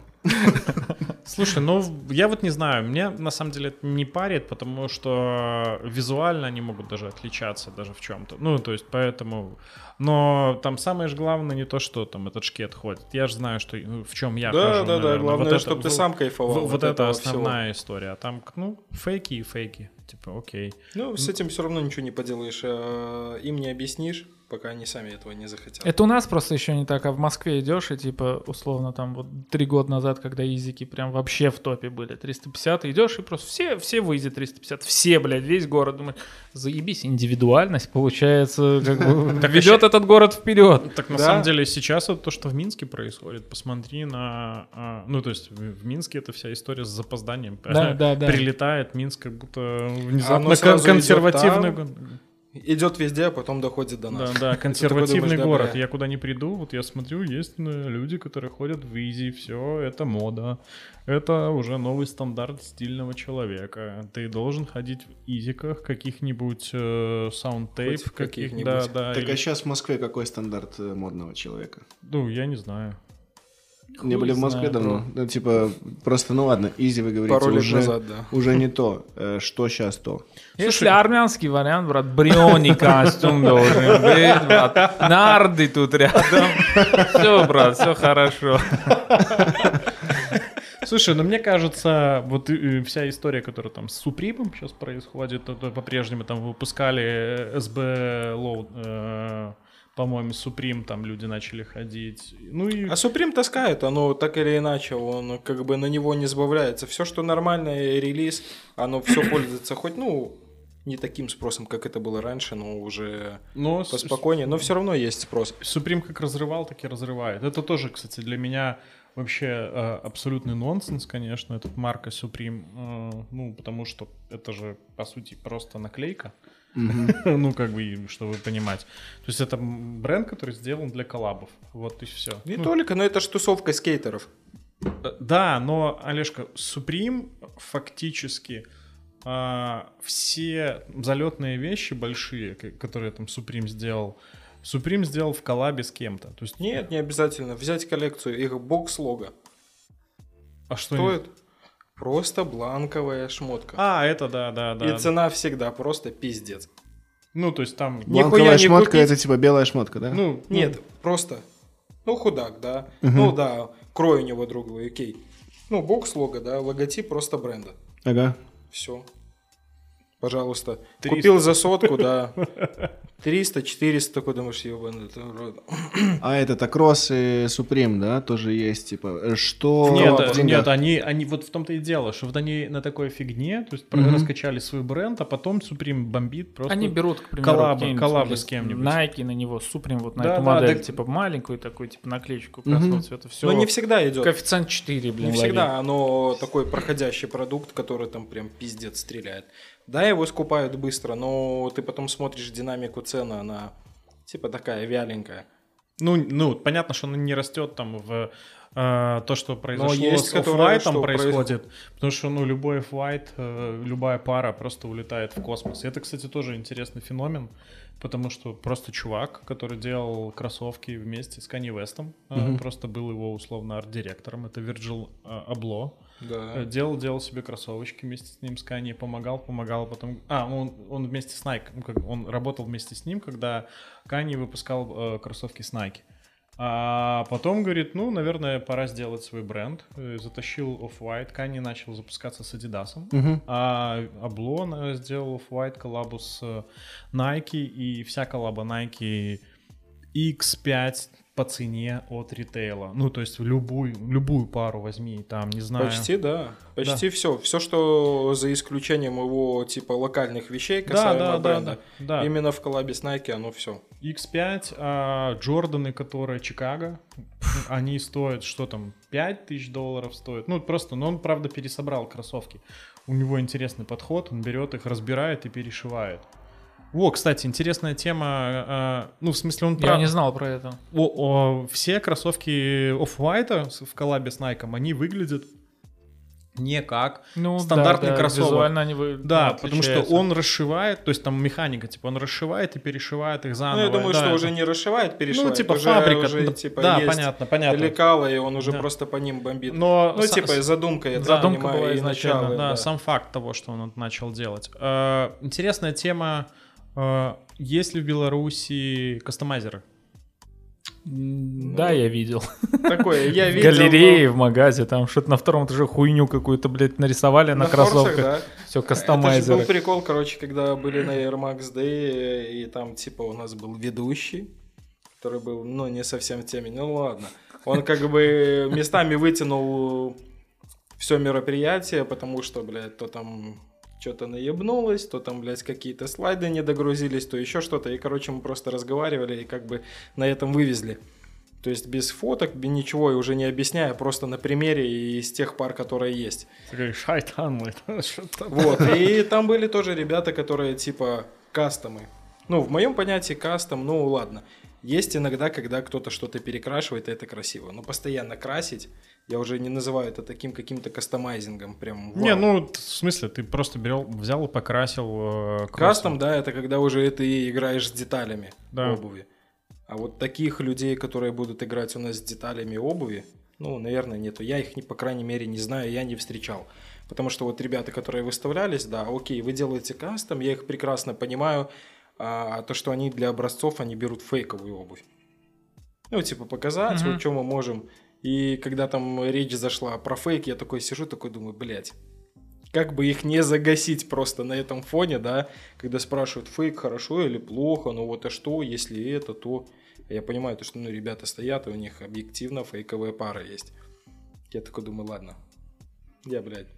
S2: Слушай, ну я вот не знаю, мне на самом деле это не парит, потому что визуально они могут даже отличаться даже в чем-то. Ну, то есть поэтому... Но там самое же главное не то, что там этот шкет ходит. Я же знаю, что ну, в чем я
S1: да,
S2: хожу,
S1: да, да.
S2: наверное.
S1: Главное,
S2: Вот это-
S1: чтобы ты
S2: вот-
S1: сам
S2: вот,
S1: кайфовал. от
S2: вот это
S1: этого всего.
S2: основная история. А там, ну, фейки и фейки. Типа, окей.
S1: Ну, с этим все равно ничего не поделаешь. э, Им не объяснишь, пока они сами этого не захотят.
S3: Это у нас просто еще не так, а в Москве идешь, и типа, условно, там вот три года назад, когда изики прям вообще в топе были, 350, идешь, и просто все, все выйдет 350, все, блядь, весь город, думаешь, заебись, индивидуальность, получается, как бы, ведет этот город вперед.
S2: Так на
S1: Да.
S2: самом деле сейчас вот то, что в Минске происходит, посмотри на, а, ну то есть в в Минске это вся история с запозданием.
S3: Да, да, да.
S2: Прилетает Минск как будто внезапно
S1: Оно
S2: кон-
S1: сразу идёт
S2: консервативный.
S1: там,
S2: го-
S1: Идет везде, а потом доходит до
S2: Да,
S1: нас.
S2: да,
S1: ты
S2: консервативный
S1: такой думаешь, да,
S2: город.
S1: бля.
S2: Я куда не приду, вот я смотрю, есть ну, люди, которые ходят в изи, все, это мода. Это уже новый стандарт стильного человека. Ты должен ходить в изиках, каких-нибудь э, саундтейп,
S1: Хоть в
S2: каких-нибудь. Да,
S1: каких-нибудь.
S2: да.
S4: Так,
S2: или-
S4: а сейчас в Москве какой стандарт э, модного человека?
S2: Ну, я не знаю.
S4: Не были в Москве давно. Ну, типа, просто, ну ладно, изи вы говорите.
S1: Пару лет
S4: уже,
S1: назад, да.
S4: Уже не то, Э, что сейчас то.
S3: Если армянский вариант, брат, бриони костюм должен быть, брат, нарды тут рядом, все, брат, все хорошо.
S2: Слушай, ну мне кажется, вот э, вся история, которая там с Супримом сейчас происходит, это по-прежнему там выпускали э, СБ Лоу, э, по-моему, Суприм, там люди начали ходить. Ну и...
S1: А Supreme таскает, оно так или иначе, он как бы на него не сбавляется. Все, что нормальный релиз, оно все пользуется хоть, ну, не таким спросом, как это было раньше, но уже
S2: Но с-
S1: поспокойнее, но все равно есть спрос.
S2: Суприм как разрывал, так и разрывает. Это тоже, кстати, для меня вообще э, абсолютный нонсенс, конечно, этот марка Суприм. э, ну, потому что это же, по сути, просто наклейка. ну, как бы, и чтобы понимать. То есть это м, бренд, который сделан для коллабов. Вот и все.
S1: Не только, но это ж тусовка скейтеров.
S2: Да, но, Олежка, Supreme фактически а, все залетные вещи большие, к- которые там Supreme сделал, Supreme сделал в коллабе с кем-то. То есть,
S1: Нет, не обязательно. Взять коллекцию, их бокс-лога.
S2: а что
S1: Стоит просто бланковая шмотка.
S2: А, это да, да, да.
S1: И цена всегда просто пиздец.
S2: Ну, то есть там...
S1: Нихуя
S4: Бланковая
S1: не
S4: шмотка
S1: купить.
S4: это типа белая шмотка, да?
S2: Ну, ну,
S1: Нет, просто. Ну, худак, да. Ну да, крой у него другой, окей. Ну, бокс лого, да, логотип просто бренда.
S4: Ага.
S1: Все. Пожалуйста. Купил за сотку, да. 300, 400, такой думаешь, ебаный ты в рот.
S4: А этот Акрос и Суприм, да, тоже есть, типа, э, что...
S2: Нет,
S4: в
S2: э,
S4: деньгах?
S2: нет, они, они вот в том-то и дело, что вот они на такой фигне, то есть про-
S4: Мгм.
S2: раскачали свой бренд, а потом Supreme бомбит просто.
S3: Они берут, к примеру,
S2: коллабы-
S3: какие-нибудь,
S2: коллабы
S3: блин,
S2: с кем-нибудь.
S3: Nike на него, Supreme вот на
S2: Да,
S3: эту
S2: да,
S3: модель,
S2: так-
S3: типа маленькую такую, типа наклеечку
S4: Мгм.
S3: красного цвета. Все.
S1: Но Ну, не всегда идет.
S3: Коэффициент 4, блин.
S1: Не
S3: лови.
S1: всегда оно такой проходящий продукт, который там прям пиздец стреляет. Да, его скупают быстро, но ты потом смотришь динамику цены, она типа такая вяленькая.
S2: Ну, ну, понятно, что она не растет там в э, то, что произошло
S1: есть,
S2: с
S1: которые,
S2: Off-White там
S1: что
S2: происходит, потому что, ну, любой Off-White, э, любая пара просто улетает в космос. И это, кстати, тоже интересный феномен, потому что просто чувак, который делал кроссовки вместе с Kanye West'ом, э,
S4: Мгм.
S2: просто был его условно арт-директором, это Virgil э, Abloh, Э,
S1: Да.
S2: Делал, делал себе кроссовочки вместе с ним, с Kanye, помогал, помогал, а потом... А, ну, он, он вместе с Nike, ну, как бы он работал вместе с ним, когда Kanye выпускал э, кроссовки с Nike. А потом говорит, ну, наверное, пора сделать свой бренд. Э, Затащил Off-White, Kanye начал запускаться с Adidas.
S4: Мгм.
S2: А Облон э, сделал Off-White коллабу с э, Nike, и вся коллаба Nike X5 по цене от ритейла. Ну, то есть в любую, любую пару возьми, там, не знаю.
S1: Почти, да. Почти все. Все, что за исключением его типа локальных вещей касаемо
S2: да, да,
S1: бренда.
S2: да, да.
S1: Именно в коллабе с Nike оно все.
S2: X5, а Джорданы, которые Чикаго, они стоят, что там, 5 тысяч долларов стоят. Ну, просто, но он, правда, пересобрал кроссовки. У него интересный подход, он берет их, разбирает и перешивает. Во, кстати, интересная тема, а, ну, в смысле, он
S3: Я
S2: прав.
S3: не знал про это.
S2: О- о, все кроссовки Off-White в коллабе с Nike, они выглядят не как
S3: Ну,
S2: Стандартный
S3: да, да,
S2: кроссовок.
S3: Визуально они вы...
S2: Да,
S3: ну,
S2: потому что
S3: отличаются.
S2: он расшивает, то есть там механика, типа он расшивает и перешивает их
S1: Ну,
S2: заново.
S1: я думаю,
S2: да,
S1: что
S2: это-
S1: уже не расшивает, перешивает.
S2: ну, типа
S1: уже,
S2: фабрика,
S1: уже,
S2: да,
S1: типа,
S2: да,
S1: есть
S2: понятно, понятно.
S1: лекала, и он уже
S2: Да.
S1: просто по ним бомбит.
S2: Но
S1: ну,
S2: са-
S1: типа, задумка, я так
S2: задумка
S1: понимаю,
S2: была
S1: и
S2: изначально,
S1: начало,
S2: да, сам факт того, что он это начал делать. Э, Интересная тема, э, есть ли в Беларуси кастомайзеры?
S3: М, Да, я видел.
S1: Такое, я
S3: в
S1: видел.
S3: галерее, в магазе, там что-то на втором этаже хуйню какую-то, блядь, нарисовали
S1: но
S3: на,
S1: на
S3: кроссовках.
S1: форсах, да.
S3: Все,
S1: Это же был
S3: кастомайзеры.
S1: прикол, короче, когда были на Air Max Day, и там, типа, у нас был ведущий, который был, ну, не совсем в теме, ну ладно. Он как бы местами вытянул все мероприятие, потому что, блядь, то там что-то наебнулось, то там, блядь, какие-то слайды не догрузились, то еще что-то. И, короче, мы просто разговаривали и как бы на этом вывезли. То есть без фоток, без ничего, и уже не объясняя, просто на примере и из тех пар, которые есть.
S2: Такой шайтан, это что там?
S1: Вот, и там были тоже ребята, которые типа кастомы. Ну, в моем понятии кастом, ну ладно. Есть иногда, когда кто-то что-то перекрашивает, и это красиво. Но постоянно красить, я уже не называю это таким каким-то кастомайзингом. Прям вау.
S2: Не, ну, т- в смысле, ты просто берел, взял и покрасил э,
S1: Кастом,
S2: кроссовки.
S1: да, это когда уже ты играешь с деталями
S2: Да.
S1: обуви. А вот таких людей, которые будут играть у нас с деталями обуви, ну, наверное, нету. Я их, не- по крайней мере, не знаю, я не встречал. Потому что вот ребята, которые выставлялись, да, окей, вы делаете кастом, я их прекрасно понимаю, а то, что они для образцов, они берут фейковую обувь. Ну, типа, показать,
S3: Мгм.
S1: вот что мы можем. И когда там речь зашла про фейк, я такой сижу, такой думаю, блядь, как бы их не загасить просто на этом фоне, да, когда спрашивают, фейк хорошо или плохо, ну вот а что, если это, то... Я понимаю, то, что ну, ребята стоят, и у них объективно фейковая пара есть. Я такой думаю, ладно, я, блядь,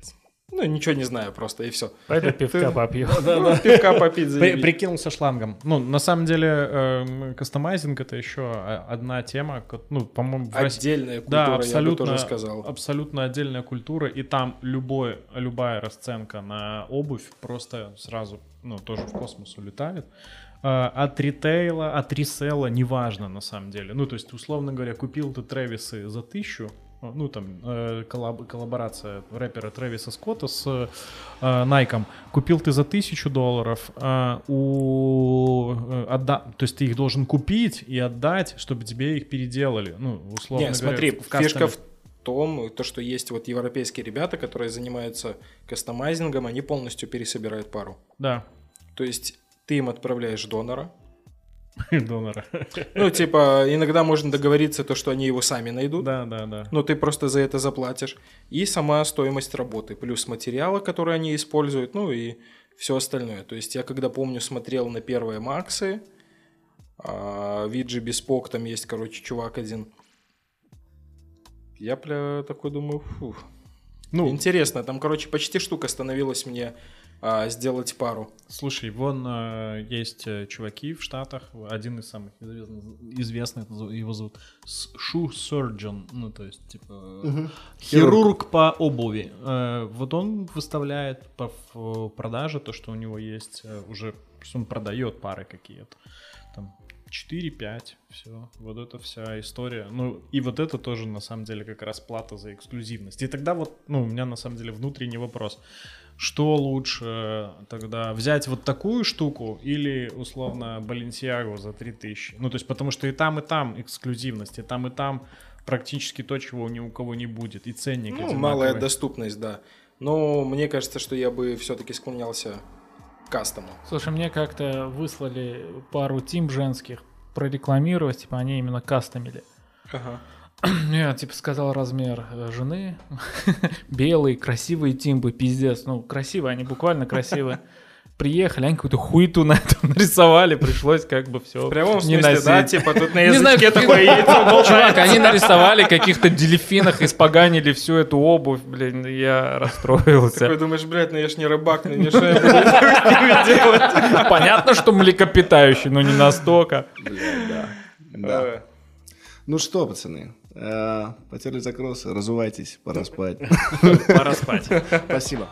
S1: ну ничего не знаю просто, и все.
S3: Пойду пивка попью.
S1: Ну, Пивка попить,
S2: При-
S1: заебись.
S2: прикинулся шлангом. Ну, на самом деле, эм, кастомайзинг это еще э, одна тема, ко- ну, по-моему, в России.
S1: Отдельная культура,
S2: Да,
S1: я бы
S2: абсолютно,
S1: тоже сказал.
S2: абсолютно отдельная культура, и там любой, любая расценка на обувь просто сразу, ну, тоже в космос улетает. А, От ритейла, от ресела, неважно на самом деле. Ну, то есть, условно говоря, купил ты Тревисы за тысячу, ну, там, э, коллаб- коллаборация рэпера Трэвиса Скотта с э, Найком. Купил ты за тысячу долларов, а у... э, отда- то есть ты их должен купить и отдать, чтобы тебе их переделали. Ну, условно
S1: Не,
S2: говоря,
S1: смотри,
S2: в кастоме.
S1: фишка в том, то, что есть вот европейские ребята, которые занимаются кастомайзингом, они полностью пересобирают пару.
S2: Да,
S1: То есть ты им отправляешь донора.
S2: донора.
S1: Ну, типа, иногда можно договориться, то, что они его сами найдут.
S2: Да, да, да.
S1: Но ты просто за это заплатишь. И сама стоимость работы, плюс материалы, которые они используют, ну и все остальное. То есть я когда помню смотрел на первые Максы, а, Виджи Беспок, там есть, короче, чувак один. Я, бля, такой думаю, фу. Ну, интересно, там, короче, почти штука становилась мне а, сделать пару.
S2: Слушай, вон э, есть э, чуваки в Штатах, один из самых известных, известных зов- его зовут Шу Surgeon, ну то есть типа э, хирург по обуви. Э, вот он выставляет по в продаже то, что у него есть э, уже, что он продает пары какие-то. Там 4-5, все. Вот это вся история. Ну, и вот это тоже, на самом деле, как раз плата за эксклюзивность. И тогда вот, ну, у меня, на самом деле, внутренний вопрос. Что лучше э, тогда взять вот такую штуку или условно Balenciaga за 3000? Ну, то есть потому что и там, и там эксклюзивность, и там, и там практически то, чего ни у кого не будет, и ценник
S1: Ну,
S2: одинаковый.
S1: малая доступность, да. Но мне кажется, что я бы все-таки склонялся к кастому.
S3: Слушай, мне как-то выслали пару тим женских прорекламировать, типа они именно кастомили.
S1: Ага.
S3: Я типа сказал размер э, жены. Белые, красивые тимбы, пиздец. Ну, красивые, они буквально красивые. Приехали, они какую-то хуету на этом нарисовали, пришлось как бы все.
S1: В прямом смысле, да, типа тут на
S3: Не знаю,
S1: языке
S3: как-
S1: такое яйцо
S3: Чувак, они нарисовали каких-то дельфинах, испоганили всю эту обувь, блин, я
S1: Такой
S3: расстроился.
S1: думаешь, блядь, ну я ж не рыбак, ну не что я буду с такими делать?
S3: Понятно, что млекопитающий, но не настолько.
S1: Э,
S4: Да. Ну что, пацаны, э, потерли закросы, разувайтесь, пора спать.
S3: Пора спать.
S4: Спасибо.